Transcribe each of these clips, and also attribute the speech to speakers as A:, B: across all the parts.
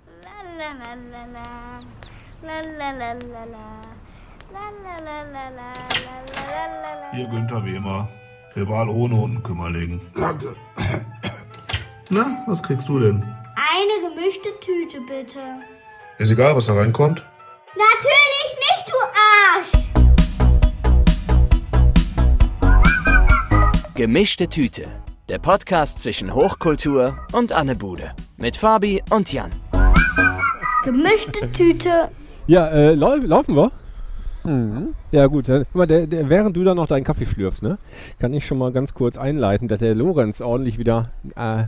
A: la la la la. La la la la la. La la la la la. La la la la
B: Ihr Günther wie immer. Rival ohne Unkümmerling.
C: Danke.
B: Na, was kriegst du denn?
A: Eine gemischte Tüte bitte.
B: Ist egal, was da reinkommt.
A: Natürlich nicht, du Arsch!
D: Gemischte Tüte. Der Podcast zwischen Hochkultur und Anne Bude. Mit Fabi und Jan.
A: Gemischte Tüte.
E: Ja, äh, lau laufen wir?
F: Mhm.
E: Ja, gut. dann- guck mal, Der, der, während du da noch deinen Kaffee schlürfst, ne, kann ich schon mal ganz kurz einleiten, dass der Lorenz ordentlich wieder, äh,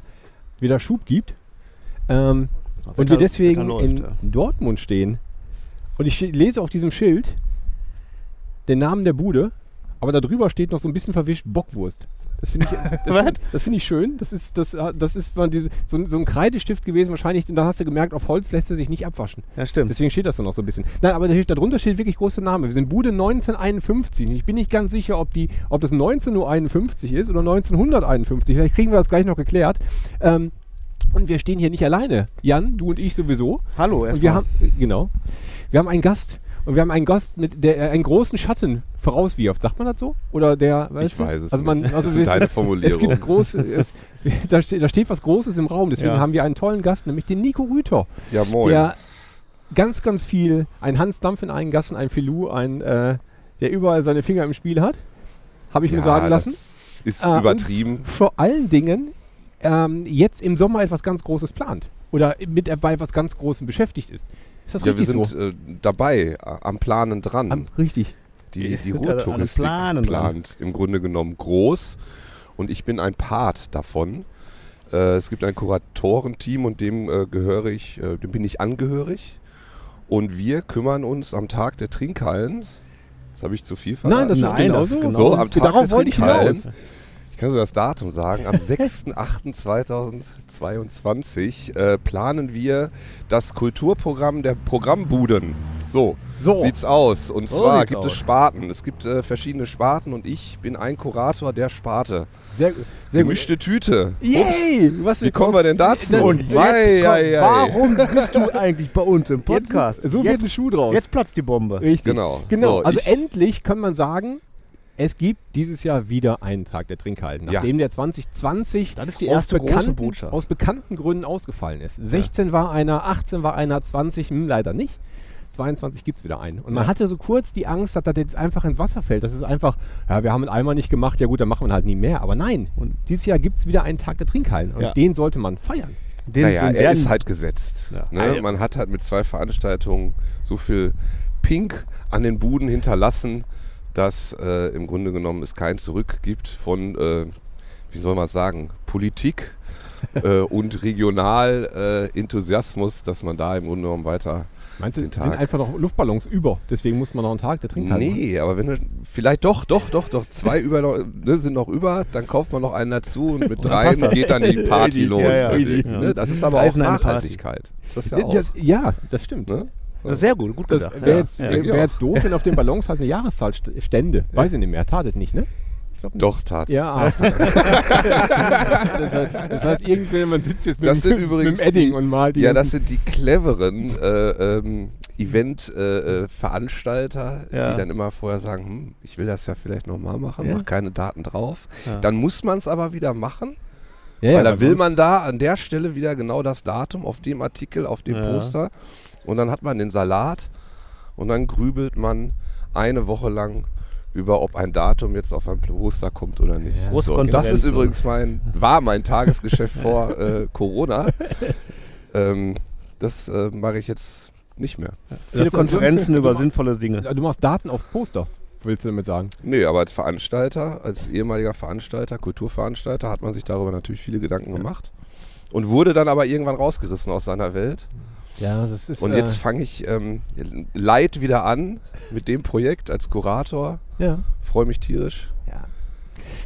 E: wieder Schub gibt. Ähm, und wir
F: Wetter-
E: deswegen
F: Wetter läuft,
E: in
F: ja.
E: Dortmund stehen. Und ich lese auf diesem Schild den Namen der Bude, aber da drüber steht noch so ein bisschen verwischt Bockwurst. Das finde ich, das find, das find ich schön. Das ist, das, das ist mal diese, so, ein- so ein Kreidestift gewesen wahrscheinlich. Und da hast du gemerkt, auf Holz lässt er sich nicht abwaschen.
F: Ja, stimmt.
E: Deswegen steht das dann noch so ein bisschen. Nein, aber natürlich, darunter steht wirklich großer Name. Wir sind Bude 1951. Ich bin nicht ganz sicher, ob, die, ob das 1951 ist oder 1951. Vielleicht kriegen wir das gleich noch geklärt. Ähm, und wir stehen hier nicht alleine. Jan, du und ich sowieso.
F: Hallo,
E: Und wir
F: erstmal.
E: haben, genau. Wir haben einen Gast. Und wir haben einen Gast, mit der er einen großen Schatten vorauswirft. Sagt man das so? Oder der, weißt
G: Ich
E: du?
G: weiß es
E: also man,
G: nicht.
E: Also
G: Das ist
E: es-
G: deine
E: Es gibt
G: Formulierung.
E: große, es, da, steht, da steht was Großes im Raum. Deswegen
F: Ja.
E: haben wir einen tollen Gast, nämlich den Nico Rüther
G: Ja, moin.
E: der ganz, ganz viel, ein Hans Dampf in allen Gassen, ein Filou, ein, äh, der überall seine Finger im Spiel hat, habe ich mir
G: Ja,
E: sagen lassen.
G: das Ist
E: Ah, und-
G: übertrieben.
E: Vor allen Dingen ähm, jetzt im Sommer etwas ganz Großes plant oder mit äh, bei etwas ganz Großem beschäftigt ist. Ist das
G: Ja, wir
E: richtig
G: sind
E: so?
G: äh, dabei, a- am Planen dran.
E: Am, richtig.
G: die die
F: sind ja
E: also
F: alle
G: Ruhrtouristik
F: Planen
G: plant im Grunde genommen groß und ich bin ein Part davon. Äh, es gibt ein Kuratorenteam und dem äh, gehöre ich, äh, dem bin ich angehörig. Und wir kümmern uns am Tag der Trinkhallen. Das habe ich zu viel verraten.
E: Nein, das ist
F: Nein,
E: genau
F: das ist
E: so.
F: genau
G: so, am Tag
E: Darauf
G: der
E: wollte ich
G: Trinkhallen.
E: hinaus.
G: Ich kann so das Datum sagen. Am 6.8.2022 äh, planen wir das Kulturprogramm der Programmbuden. So,
E: So.
G: sieht's aus. Und
F: So
G: zwar
F: sieht's
G: gibt
F: aus.
G: es Sparten. Es gibt äh, verschiedene Sparten und ich bin ein Kurator der Sparte.
E: Sehr, sehr gut.
G: Gemischte Tüte. Ups.
E: Yay! Was,
G: Wie kommen wir denn dazu?
E: Dann-
G: Und Mei, ei, ei.
F: Warum bist du eigentlich bei uns im Podcast?
E: Jetzt, so wird
F: jetzt,
E: ein Schuh draus.
F: jetzt platzt die Bombe.
E: Richtig.
G: Genau.
E: Genau.
G: So,
E: also
G: ich-
E: endlich kann man sagen, es gibt dieses Jahr wieder einen Tag der Trinkhalten,
G: Ja.
E: nachdem der 2020
F: Das ist die erste
E: aus,
F: große
E: bekannten,
F: Botschaft.
E: aus bekannten Gründen ausgefallen ist. 16 war einer, 18 war einer, 20 hm, leider nicht. 22 gibt es wieder einen. Und man hatte so kurz die Angst, dass das jetzt einfach ins Wasser fällt. Das ist einfach, ja, wir haben ihn einmal nicht gemacht, ja gut, dann machen wir ihn halt nie mehr. Aber nein, und dieses Jahr gibt es wieder einen Tag der Trinkhallen. Und
F: Ja.
E: den sollte man feiern.
F: Den,
G: naja,
F: den
G: er
F: werden-
G: ist halt gesetzt.
F: Ja.
G: Ne? Man hat halt mit zwei Veranstaltungen so viel Pink an den Buden hinterlassen, dass äh, im Grunde genommen es kein Zurück gibt von, äh, wie soll man es sagen, Politik äh, und Regional äh, Enthusiasmus, dass man da im Grunde genommen weiter.
E: Meinst du,
G: Den
E: sind
G: Tag.
E: einfach noch Luftballons über. Deswegen muss man noch einen Tag der Trinkhalten machen.
G: Nee, aber wenn du vielleicht doch, doch, doch, doch, zwei über, ne, sind noch über, dann kauft man noch einen dazu und mit dreien
F: passt das.
G: geht dann die Party
F: Ja,
G: los.
F: ja, ja.
G: Ne? Das ist aber
F: Drei
G: auch
F: sind eine Party.
G: Nachhaltigkeit. Ist das ja auch.
E: Das, ja, das stimmt.
G: ne?
F: Das ist Sehr gut, gut
E: Das
F: gedacht.
E: wäre jetzt,
F: ja.
E: wär,
G: denke ich
E: wär
G: auch.
E: jetzt doof, wenn auf den Ballons halt eine Jahreszahl st- stände. Weiß ich nicht mehr. Tatet nicht, ne?
G: Doch, tatsächlich.
E: Ja. ah. das, heißt, das heißt, irgendjemand sitzt jetzt mit,
G: Das
E: dem,
G: sind übrigens
E: mit dem Edding
G: die-
E: und malt die.
G: Ja, das
E: ganzen-
G: sind die cleveren äh, ähm, Event-Veranstalter,
F: Ja.
G: die dann immer vorher sagen, hm, ich will das ja vielleicht nochmal machen,
E: Ja.
G: mach keine Daten drauf.
F: Ja.
G: Dann muss man es aber wieder machen,
E: ja, ja,
G: weil
E: weil
G: dann will
E: sonst-
G: man da an der Stelle wieder genau das Datum auf dem Artikel, auf dem
F: Ja.
G: Poster und dann hat man den Salat und dann grübelt man eine Woche lang über ob ein Datum jetzt auf ein Poster kommt oder nicht. So,
F: Großkonferenz,
G: das ist
F: ne?
G: übrigens mein, war mein Tagesgeschäft vor äh, Corona. Ähm, das äh, mache ich jetzt nicht mehr.
F: Viele
E: das-
F: Konferenzen über sinnvolle Dinge.
E: Also Du machst Daten auf Poster, willst du damit sagen?
G: Nee, aber als Veranstalter, als ehemaliger Veranstalter, Kulturveranstalter, hat man sich darüber natürlich viele Gedanken gemacht. Und wurde dann aber irgendwann rausgerissen aus seiner Welt.
E: Ja, das ist. äh,
G: Und jetzt fange ich ähm, leid wieder an mit dem Projekt als Kurator.
E: ja.
G: Freue mich tierisch.
E: Ja.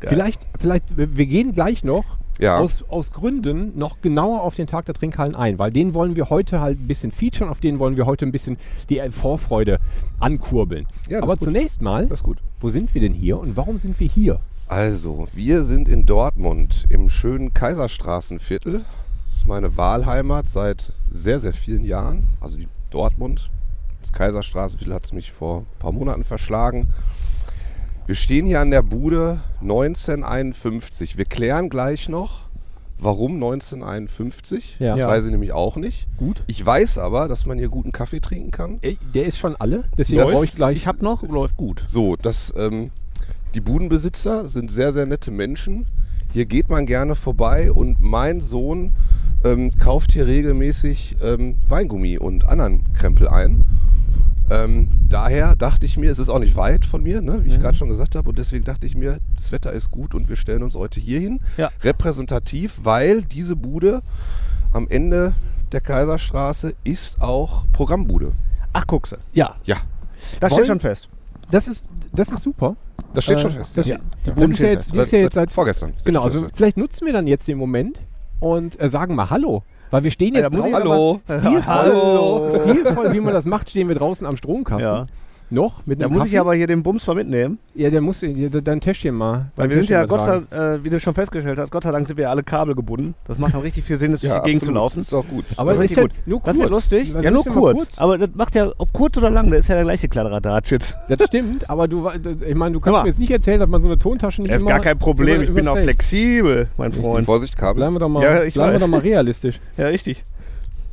E: Vielleicht, vielleicht, wir wir gehen gleich noch
G: Ja.
E: aus, aus Gründen noch genauer auf den Tag der Trinkhallen ein, weil den wollen wir heute halt ein bisschen featuren, auf den wollen wir heute ein bisschen die äh, Vorfreude ankurbeln.
G: Ja, das
E: Aber
G: ist gut.
E: zunächst mal,
G: Das ist gut.
E: wo sind wir denn hier und warum sind wir hier?
G: Also, wir sind in Dortmund im schönen Kaiserstraßenviertel. Das ist meine Wahlheimat seit sehr, sehr vielen Jahren. Also die Dortmund. Das Kaiserstraßenviertel hat mich vor ein paar Monaten verschlagen. Wir stehen hier an der Bude 1951. Wir klären gleich noch, warum 1951.
E: Ja.
G: Das
E: Ja.
G: weiß ich nämlich auch nicht.
E: Gut.
G: Ich weiß aber, dass man hier guten Kaffee trinken kann.
E: Ey, Der ist schon alle, deswegen
G: Das-
E: brauche ich gleich.
F: Ich hab noch, läuft gut.
G: So, das, ähm, die Budenbesitzer sind sehr, sehr nette Menschen. Hier geht man gerne vorbei und mein Sohn ähm, kauft hier regelmäßig ähm, Weingummi und anderen Krempel ein. Ähm, daher dachte ich mir, es ist auch nicht weit von mir, ne, wie ich gerade schon gesagt habe, und deswegen dachte ich mir, das Wetter ist gut und wir stellen uns heute hier hin.
F: Ja.
G: Repräsentativ, weil diese Bude am Ende der Kaiserstraße ist auch Programmbude.
F: Ach, guckst du.
E: Ja,
G: Ja,
F: Das
E: Wollen-
F: steht schon fest.
E: das ist, das ist super.
G: das steht
E: Äh,
G: schon fest.
E: Das,
G: ja.
E: das ist ja
F: Bodenschäfer.
E: jetzt, die ist ja jetzt seit
G: vorgestern.
E: Genau, also vielleicht nutzen wir dann jetzt den Moment und äh, sagen mal Hallo. Weil wir stehen jetzt
F: da muss ich
E: draußen-
F: Hallo.
E: Stilvoll,
F: Hallo.
E: stilvoll, wie man das macht, stehen wir draußen am Stromkasten.
F: Ja.
E: Noch mit
F: Da
E: einem
F: muss
E: Kaffee.
F: ich aber hier den Bums mal mitnehmen.
E: Ja, der muss ja, de- dein Täschchen mal.
F: Weil
E: dein
F: wir sind
E: Täschchen
F: ja,
E: mal
F: Gott sei,
E: tragen.
F: Dank, äh, wie du schon festgestellt hast, Gott sei Dank sind wir alle kabelgebunden. Das macht auch richtig viel Sinn, das durch die Gegend zu
G: absolut.
F: laufen.
G: Ist auch gut. Also
E: Aber
F: das
E: das
F: ist
E: ist ja
F: richtig gut.
E: nur kurz.
F: Das wird lustig.
E: Weil
F: Ja,
E: das
F: nur
E: ist mal
F: kurz. Aber das macht ja, ob kurz oder lang, das ist ja der gleiche Kladderadatsch jetzt.
E: Das stimmt, aber du, wa- ich meine, du kannst
F: mal.
E: mir jetzt nicht erzählen, dass man so eine Tontasche nicht
F: Das ist
E: immer
F: gar kein Problem,
E: über-
F: ich bin auch
E: überträgt.
F: flexibel, mein Freund.
G: Vorsicht, Kabel.
E: Bleiben wir doch mal,
F: Ja, ich
E: bleiben wir
F: weiß.
E: doch mal realistisch.
F: Ja, richtig.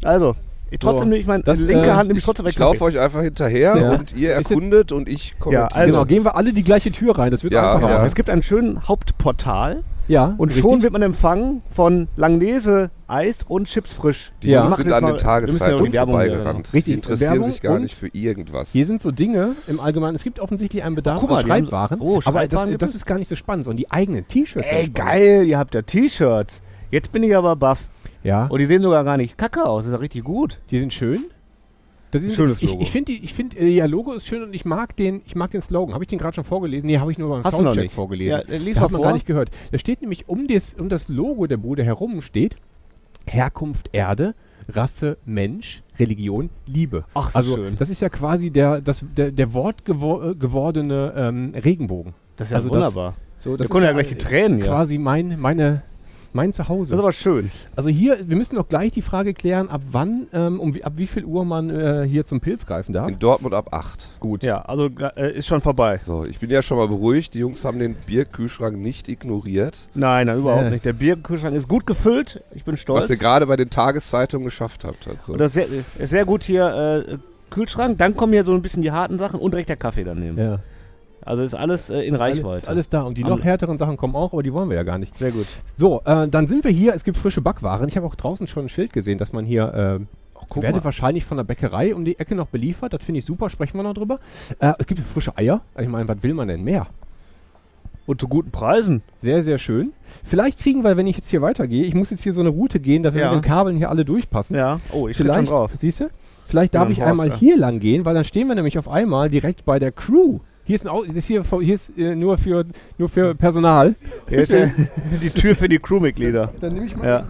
F: Also, ich trotzdem
E: So.
F: nehme ich meine
E: Das,
F: linke
E: äh,
F: Hand nehme ich trotzdem weg.
G: Ich laufe euch einfach hinterher
E: Ja.
G: und ihr
E: Ist jetzt-
G: erkundet und ich kommentiere.
F: Also-
E: genau, gehen wir alle die gleiche Tür rein, das wird
G: Ja,
E: einfacher.
G: ja.
F: Es gibt einen schönen Hauptportal
E: ja
F: und
E: richtig.
F: schon wird man empfangen von Langnese Eis und Chips frisch.
G: die
E: Ja.
G: Jungs
F: Machen
G: sind
F: jetzt
G: an
F: mal-
G: den
F: wir müssen ja
G: Tageszeitungen
F: die Werbung hier
G: vorbeigerannt.
E: Richtig,
G: Die interessieren
E: Werbung
G: sich gar
E: und-
G: nicht für irgendwas.
E: Hier sind so Dinge im Allgemeinen. Es gibt offensichtlich einen Bedarf
F: Oh, Guck mal,
E: an
F: die haben so-
E: Schreibwaren.
F: Oh,
E: aber
F: Schreibwaren
E: das,
F: gibt
E: das
F: es?
E: ist gar nicht so spannend. Und die eigenen T-Shirts.
F: Ey,
E: sind spannend.
F: geil, ihr habt ja T-Shirts. Jetzt bin ich aber baff.
E: Ja,
F: Und die sehen sogar gar nicht kacke aus. Das ist ja richtig gut.
E: die sind schön. Das ist
F: Schönes
E: ich,
F: Logo.
E: Ich finde, die- ich finde, äh, ja, Logo ist schön und ich mag den, ich mag den Slogan. Habe ich den gerade schon vorgelesen? Nee, habe ich nur beim
F: Hast du noch
E: Soundcheck
F: nicht?
E: vorgelesen.
F: Ja, äh, lies
E: da
F: mal
E: hat man
F: vor.
E: gar nicht gehört. Da steht nämlich um das, um das Logo der Bude herum steht Herkunft Erde, Rasse Mensch, Religion Liebe.
F: Ach, so
E: also
F: schön.
E: das ist ja quasi der, das, der, der wortgewor- gewordene ähm, Regenbogen.
F: Das ist
E: ja
F: ja also
E: wunderbar.
F: wunderbar.
E: So,
F: Das, da kommen ja gleich
E: äh,
F: die Tränen hier.
E: quasi mein, meine, mein Zuhause.
F: Das ist aber schön.
E: also hier, wir müssen doch gleich die Frage klären, ab wann, ähm, um, wie- ab wie viel Uhr man äh, hier zum Pilz greifen darf.
G: In Dortmund ab 8.
E: Gut.
F: Ja, also äh, ist schon vorbei.
G: So, ich bin ja schon mal beruhigt. Die Jungs haben den Bierkühlschrank nicht ignoriert.
F: Nein, nein, überhaupt
E: Äh.
F: nicht. Der Bierkühlschrank ist gut gefüllt. Ich bin stolz.
G: Was ihr gerade bei den Tageszeitungen geschafft habt. Also.
F: Und das ist sehr, ist sehr gut hier äh, Kühlschrank. Dann kommen hier so ein bisschen die harten Sachen und direkt der Kaffee daneben.
E: Ja.
F: Also ist alles äh, in
E: Alles,
F: Reichweite.
E: alles da. Und die noch
F: Alle.
E: härteren Sachen kommen auch, aber die wollen wir ja gar nicht.
F: Sehr gut.
E: So, äh, dann sind wir hier. Es gibt frische Backwaren. Ich habe auch draußen schon ein Schild gesehen, dass man hier. Äh,
F: guck
E: werde
F: mal.
E: wahrscheinlich von der Bäckerei um die Ecke noch beliefert. Das finde ich super. Sprechen wir noch drüber. Äh, es gibt frische Eier. Ich meine, was will man denn mehr?
F: Und zu guten Preisen.
E: Sehr, sehr schön. Vielleicht kriegen wir, wenn ich jetzt hier weitergehe, ich muss jetzt hier so eine Route gehen, dass wir
F: Ja.
E: mit den Kabeln hier alle durchpassen.
F: Ja. Oh, ich stehe schon
E: Vielleicht,
F: drauf.
E: siehst du? Vielleicht
F: Bin
E: darf
F: am
E: ich
F: Horst,
E: einmal
F: ja.
E: hier lang gehen, weil dann stehen wir nämlich auf einmal direkt bei der Crew. Hier ist, ein Au das ist, hier, vor- hier ist äh, nur, für, nur für Personal.
F: Jetzt, äh, die Tür für die Crewmitglieder.
E: Dann nehme ich mal.
F: Ja.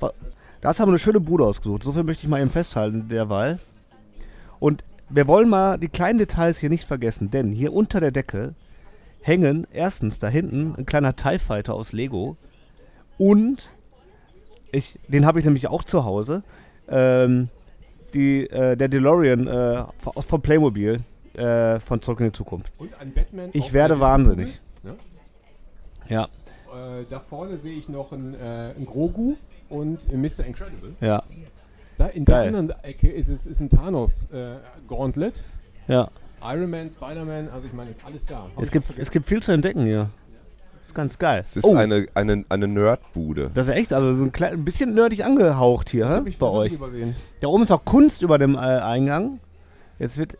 F: Wa- Das haben wir eine schöne Bude ausgesucht. So viel möchte ich mal eben festhalten derweil. Und wir wollen mal die kleinen Details hier nicht vergessen, denn hier unter der Decke hängen erstens da hinten ein kleiner TIE Fighter aus Lego und ich, den habe ich nämlich auch zu Hause. Ähm, die, äh, der DeLorean äh, von, von Playmobil äh, von Zurück in die Zukunft.
E: Und ein Batman.
F: Ich werde wahnsinnig.
E: ne?
F: Ja,
E: Äh, da vorne sehe ich noch einen, Grogu und Mr. Incredible.
F: ja,
E: Da in
F: der Geil.
E: anderen Ecke ist, es, ist ein Thanos-Gauntlet.
F: ja.
E: Iron Man, Spider-Man, also ich meine, ist alles da.
F: Es gibt, es gibt viel zu entdecken hier. Ist ganz geil. Oh,
G: Es ist eine, eine, eine Nerdbude.
F: Das ist echt, also so ein, klein, ein bisschen nerdig angehaucht hier hä, ne? bei euch.
E: Übersehen.
F: Da oben ist auch Kunst über dem äh, Eingang. Jetzt wird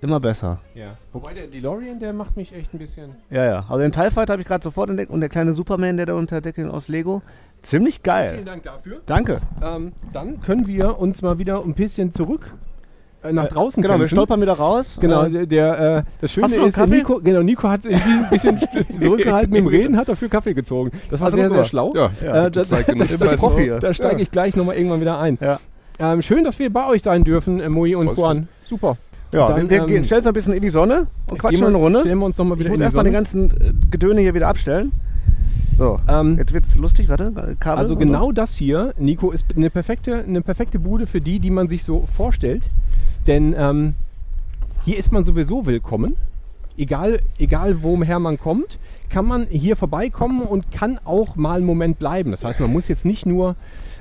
F: immer besser.
E: Ja. Wobei der DeLorean, der macht mich echt ein bisschen.
F: Ja, ja. Also den TIE Fighter habe ich gerade sofort entdeckt und der kleine Superman, der da unter der Decke aus Lego. Ziemlich geil.
E: Dank dafür.
F: Danke. Genau,
E: Ähm, dann können wir uns mal wieder ein bisschen zurück äh, nach draußen
F: Genau, wir
E: kämpfen.
F: stolpern wieder raus.
E: Genau, der,
F: Äh,
E: der, äh, das Schöne
F: Hast du noch einen
E: ist,
F: Kaffee?
E: Nico, genau, Nico hat sich ein bisschen zurückgehalten mit dem Reden, hat dafür Kaffee gezogen. Das war
F: Hast du
E: sehr, sehr
F: gut gemacht.
E: schlau.
G: Ja,
E: äh, das,
G: zeigt genug
E: das-
G: Zeit.
F: Profi hier.
E: da steige ich gleich nochmal irgendwann wieder ein.
F: Ja.
E: Ähm, schön, dass wir bei euch sein dürfen, äh, Mui und
G: Voll
E: Juan. Super.
F: ja,
E: dann,
F: wir
E: ähm,
F: wir stellen uns ein bisschen in die Sonne und quatschen
E: Gehen wir-
F: eine Runde.
E: Stellen wir uns nochmal
F: Ich
E: wieder
F: muss
E: in die
F: erstmal
E: Sonne.
F: den ganzen äh, Gedöne hier wieder abstellen. So,
E: Ähm,
F: jetzt wird's lustig, warte, Kabel.
E: Also
F: oder?
E: genau das hier, Nico, ist eine perfekte, eine perfekte Bude für die, die man sich so vorstellt. Denn ähm, hier ist man sowieso willkommen. Egal, egal woher man kommt, kann man hier vorbeikommen und kann auch mal einen Moment bleiben. Das heißt, man muss jetzt nicht nur...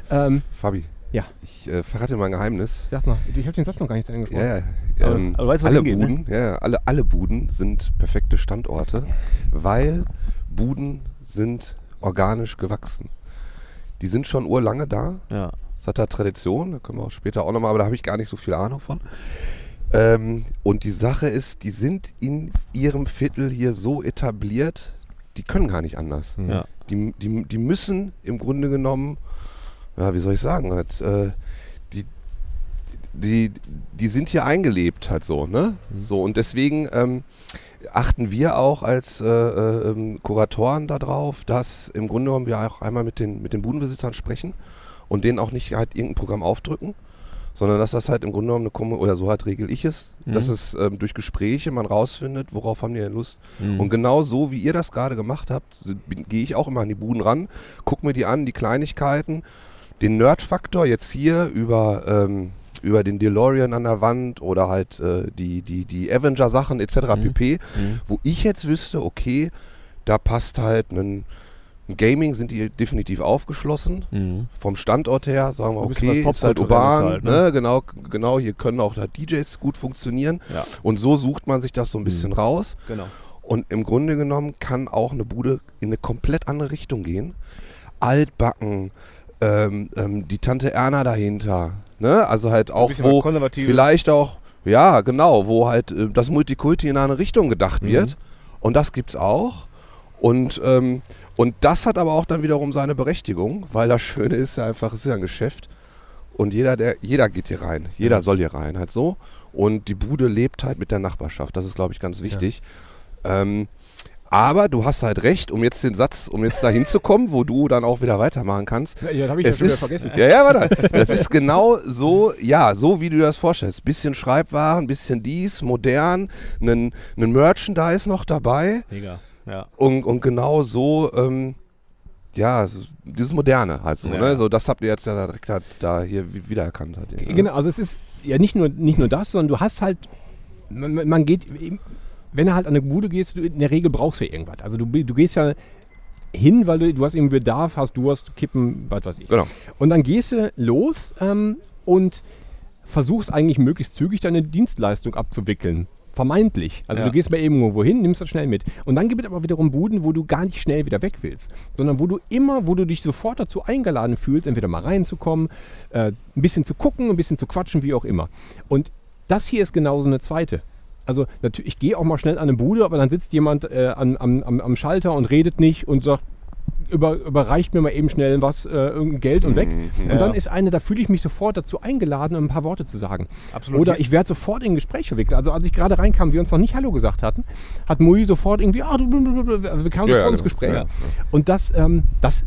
E: Ähm,
G: Fabi,
E: ja,
G: ich äh, verrate mal ein Geheimnis.
E: sag mal, ich habe den Satz noch gar nicht angesprochen.
G: Ja, ja.
F: Aber-
G: ähm,
F: aber du weißt, wo
G: alle
F: es hingeht, ne?
G: Buden, ja, ja, alle, alle Buden sind perfekte Standorte, weil Buden sind organisch gewachsen. Die sind schon urlange da.
F: Ja.
G: Das hat da Tradition, da können wir auch später auch nochmal, aber da habe ich gar nicht so viel Ahnung von. Ähm, und die Sache ist, die sind in ihrem Viertel hier so etabliert, die können gar nicht anders.
F: Ja.
G: Die, die, die müssen im Grunde genommen, ja, wie soll ich sagen, halt, äh, die, die, die sind hier eingelebt halt so, ne? So, und deswegen ähm, achten wir auch als äh, äh, ähm, Kuratoren darauf, dass im Grunde genommen wir auch einmal mit den, mit den Budenbesitzern sprechen und denen auch nicht halt irgendein Programm aufdrücken, sondern dass das halt im Grunde genommen eine Kommu oder so halt regel ich es, dass es ähm, durch Gespräche man rausfindet, worauf haben die denn Lust. Und genau so, wie ihr das gerade gemacht habt, sind- bin- gehe ich auch immer an die Buden ran, guck mir die an, die Kleinigkeiten, den Nerd-Faktor jetzt hier über, ähm, über den DeLorean an der Wand oder halt äh, die, die, die Avenger-Sachen etc. pp., wo ich jetzt wüsste, okay, da passt halt ein Gaming sind die definitiv aufgeschlossen.
F: Mhm.
G: Vom Standort her sagen wir,
F: Ein bisschen
G: okay,
F: was
G: ist halt
F: Popkulturelles
G: urban,
F: halt, ne?
G: ne? genau, genau, hier können auch da DJs gut funktionieren.
F: Ja.
G: Und so sucht man sich das so ein bisschen raus.
F: Genau.
G: Und im Grunde genommen kann auch eine Bude in eine komplett andere Richtung gehen. Altbacken, ähm, ähm, die Tante Erna dahinter. Ne? Also halt auch
F: bisschen
G: wo
F: was Konservatives.
G: vielleicht auch, ja genau, wo halt äh, das Multikulti in eine Richtung
F: Mhm.
G: gedacht wird. Und das gibt's auch. Und, ähm, und das hat aber auch dann wiederum seine Berechtigung, weil das Schöne ist ja einfach, es ist ja ein Geschäft. Und jeder, der, jeder geht hier rein. Jeder soll hier rein, halt so. Und die Bude lebt halt mit der Nachbarschaft. Das ist, glaube ich, ganz wichtig. Ähm, aber du hast halt recht, um jetzt den Satz, um jetzt da hinzukommen, wo du dann auch wieder weitermachen kannst.
E: Ja, das habe ich ja schon wieder
G: ist,
E: vergessen.
G: Ja, ja, warte. Das ist genau so, ja, so wie du dir das vorstellst. Bisschen Schreibwaren, bisschen dies, modern, einen Merchandise noch dabei.
F: Mega. Ja.
G: Und, und genau so, ähm, ja, so dieses Moderne halt so,
F: Ja.
G: ne? So, das habt ihr jetzt ja direkt halt da hier wi- wiedererkannt. Halt, ne?
E: Genau, also es ist ja nicht nur, nicht nur das, sondern du hast halt, man, man- man geht, eben- wenn du halt an eine Bude gehst, du, in der Regel brauchst du ja irgendwas. Also du, bi- du gehst ja hin, weil du, du hast eben Bedarf, hast Durst, Kippen, was weiß ich.
G: Genau.
E: Und dann gehst du los ähm, und versuchst eigentlich möglichst zügig deine Dienstleistung abzuwickeln. Vermeintlich. Also
F: Ja.
E: du gehst mal eben irgendwo hin, nimmst das schnell mit. Und dann gibt es aber wiederum Buden, wo du gar nicht schnell wieder weg willst, sondern wo du immer, wo du dich sofort dazu eingeladen fühlst, entweder mal reinzukommen, äh, ein bisschen zu gucken, ein bisschen zu quatschen, wie auch immer. Und das hier ist genauso eine zweite. Also natürlich, ich gehe auch mal schnell an eine Bude, aber dann sitzt jemand äh, an, am, am, am Schalter und redet nicht und sagt, über, überreicht mir mal eben schnell was, äh, irgendein Geld
G: Mhm,
E: und weg. Und dann ist eine, da fühle ich mich sofort dazu eingeladen, um ein paar Worte zu sagen.
F: Absolut.
E: Oder ich werde sofort in ein Gespräch verwickelt. Also als ich gerade reinkam, wir uns noch nicht Hallo gesagt hatten, hat Mui sofort irgendwie, ah, du, blablabla, also wir kamen sofort
G: Ja, ja,
E: ins
G: genau.
E: Gespräch.
G: Ja, ja.
E: Und das, ähm, das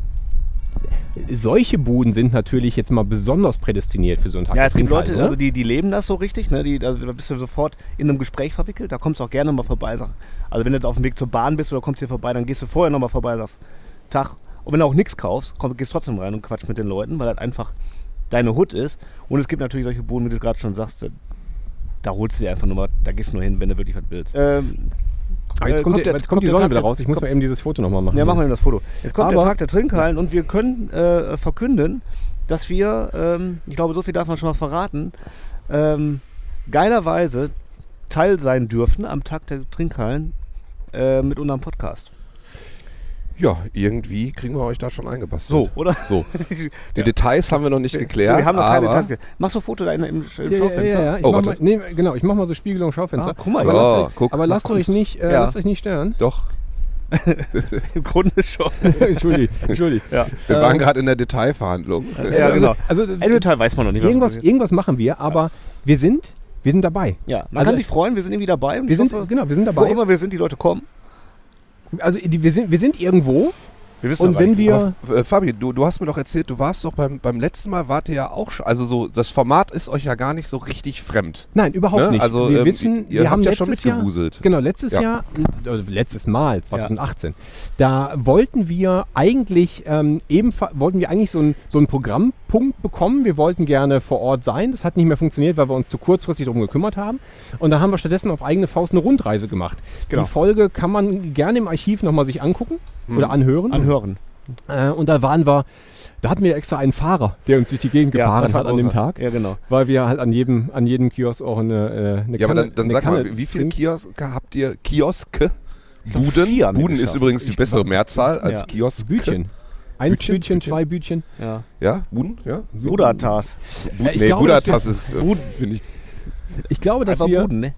E: solche Buden sind natürlich jetzt mal besonders prädestiniert für so einen Tag.
F: Ja,
E: Das
F: es gibt
E: Kindheit,
F: Leute,
E: oder?
F: also die, die leben das so richtig, ne? Die, also da bist du sofort in einem Gespräch verwickelt, da kommst du auch gerne mal vorbei. Sag, also wenn du jetzt auf dem Weg zur Bahn bist oder kommst hier vorbei, dann gehst du vorher nochmal vorbei und sagst, Tag. Und wenn du auch nichts kaufst, komm, gehst trotzdem rein und quatsch mit den Leuten, weil das einfach deine Hut ist. Und es gibt natürlich solche Boden, wie du gerade schon sagst, da- da holst du dir einfach nur mal, da gehst du nur hin, wenn du wirklich was willst. Ähm,
E: Ah, jetzt
F: äh,
E: kommt,
F: kommt
E: der,
F: der-
E: jetzt kommt die
F: kommt der
E: Sonne
F: Tag
E: wieder
F: der-
E: raus. Ich muss mal eben dieses Foto nochmal machen.
F: ja, machen wir das Foto. Jetzt kommt
E: Aber-
F: der Tag der Trinkhallen und wir können äh, verkünden, dass wir, ähm, ich glaube, so viel darf man schon mal verraten, ähm, geilerweise teil sein dürfen am Tag der Trinkhallen äh, mit unserem Podcast.
G: Ja, irgendwie kriegen wir euch da schon
F: So,
G: eingebastelt.
F: oder?
G: So. Die Details haben wir noch nicht geklärt.
F: wir haben noch keine
G: aber-
F: Taste. Machst du ein Foto da in, im, Sch- im
E: Ja, ja,
F: Schaufenster?
E: ja, ja. Ich
G: Oh,
E: mach mal,
G: warte.
E: nee, genau, ich mache mal so Spiegelung Schaufenster.
F: Ah, guck mal,
E: aber
G: ja.
E: lasst,
G: Oh,
E: euch-
G: guck,
E: aber lasst
F: mach
E: euch nicht, äh,
F: Ja.
E: lasst euch nicht stören.
G: Doch,
F: Im Grunde schon.
E: Entschuldigung, Entschuldigung.
F: Ja,
G: wir waren gerade in der Detailverhandlung.
F: Ähm. ja genau.
E: Also,
F: Ein Detail weiß man noch nicht. was
E: irgendwas,
F: passiert.
E: irgendwas machen wir, aber wir sind, wir sind dabei.
F: ja, man
E: also-
F: kann sich freuen, wir sind irgendwie dabei. und
E: Wir
F: ich
E: sind,
F: hoffe,
E: genau, wir sind
F: Wo
E: dabei.
F: immer wir sind, die Leute kommen.
E: Also die- wir sind, wir sind irgendwo
G: Wir wissen
E: Und
G: aber
E: wenn
G: nicht,
E: wir-
G: Aber, äh, Fabi, du, du hast mir doch erzählt, du warst doch beim, beim letzten Mal, wart ihr ja auch schon. Also, so, das Format ist euch ja gar nicht so richtig fremd.
E: Nein, überhaupt
G: Ne?
E: nicht.
G: Also,
E: wir
G: ähm,
E: wissen, wir
G: ihr habt
E: haben
G: ja
E: letztes
G: schon mitgewuselt.
E: Jahr, genau, letztes
G: Ja.
E: Jahr, also letztes Mal, 2018, da wollten wir eigentlich ähm, ebenfalls, wollten wir eigentlich so einen so einen Programmpunkt bekommen. Wir wollten gerne vor Ort sein. Das hat nicht mehr funktioniert, weil wir uns zu kurzfristig darum gekümmert haben. Und dann haben wir stattdessen auf eigene Faust eine Rundreise gemacht.
F: Genau.
E: Die Folge kann man gerne im Archiv nochmal sich angucken
G: Mhm.
E: oder anhören.
F: Anhören.
E: Äh, und da waren wir, da hatten wir extra einen Fahrer, der uns durch die Gegend gefahren
F: das war
E: hat an dem
F: großartig.
E: Tag.
F: Ja, genau.
E: Weil wir halt an jedem, an jedem Kiosk auch eine, äh, eine
G: Ja, aber
E: Kanne-
G: dann, dann
E: eine
G: sag
E: Kanne
G: mal, wie viele
E: trinken.
G: Kioske habt ihr? Kioske?
F: glaub,
G: Buden?
F: vier haben wir
G: Buden ist
F: geschafft.
G: übrigens die
F: Ich-
G: bessere Mehrzahl als
F: Ja.
G: Kioske.
E: Bütchen. Ein
G: Bütchen?
E: Bütchen, zwei Bütchen.
F: Ja.
G: Ja, Buden, ja.
F: Budatas.
G: Buden,
E: ich
G: nee,
E: glaube,
G: Budatas ist, äh, finde ich,
E: Ich glaube, dass
F: Aber
E: wir.
F: Buden, ne?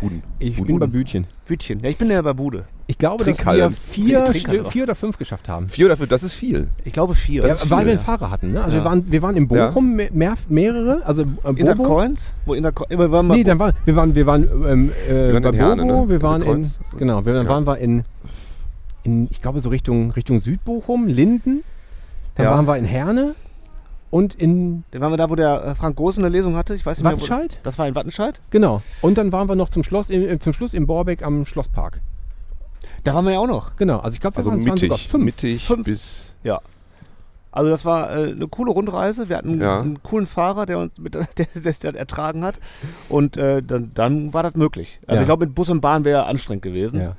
G: Buden.
E: Ich bin
G: Buden.
E: bei Bütchen.
F: Bütchen. Ja, ich bin ja bei Bude.
E: Ich glaube, dass wir
G: Trinkhallen.
E: vier,
F: Trink- Trinkhallen
E: Stü-
F: doch.
E: vier oder fünf geschafft haben.
G: Vier oder fünf, das ist viel.
F: Ich glaube vier.
E: Ja,
G: Das ist
E: weil
G: viel,
E: wir einen
G: ja.
E: Fahrer hatten. Ne? Also
F: Ja.
E: wir, waren, wir waren in
G: Ja.
E: Bochum me- mehr, mehrere, also äh, Bobo.
F: Intercoins? Wo Interco immer waren wir
E: Nee, dann waren wir waren wir waren, ähm, äh,
G: waren
E: bei
G: in Herne,
E: Bobo,
G: ne?
E: wir waren
G: Also
E: in
G: Kreuz, also-
E: genau, wir, dann
G: ja.
E: waren wir in, in ich glaube so Richtung Richtung Südbochum, Linden. Dann
F: Ja.
E: waren wir in Herne und in
F: Dann waren wir da, wo der äh, Frank Gosen eine Lesung hatte. Ich weiß nicht mehr.
E: Wattenscheid?
F: Wo, das war in Wattenscheid.
E: Genau. Und dann waren wir noch zum Schloss, im, äh, zum Schluss in Borbeck am Schlosspark.
F: Da waren wir ja auch noch.
E: Genau. Also ich glaube, wir
G: Also
E: waren es waren sogar
G: mittig,
E: fünf.
G: mittig
F: Fünf.
G: bis...
F: Ja. Also das war äh, eine coole Rundreise. Wir hatten
G: Ja.
F: einen coolen Fahrer, der uns mit, der, der, der ertragen hat. Und äh, dann, dann war das möglich. Also
E: Ja.
F: ich glaube, mit Bus und Bahn wäre anstrengend gewesen.
E: Ja.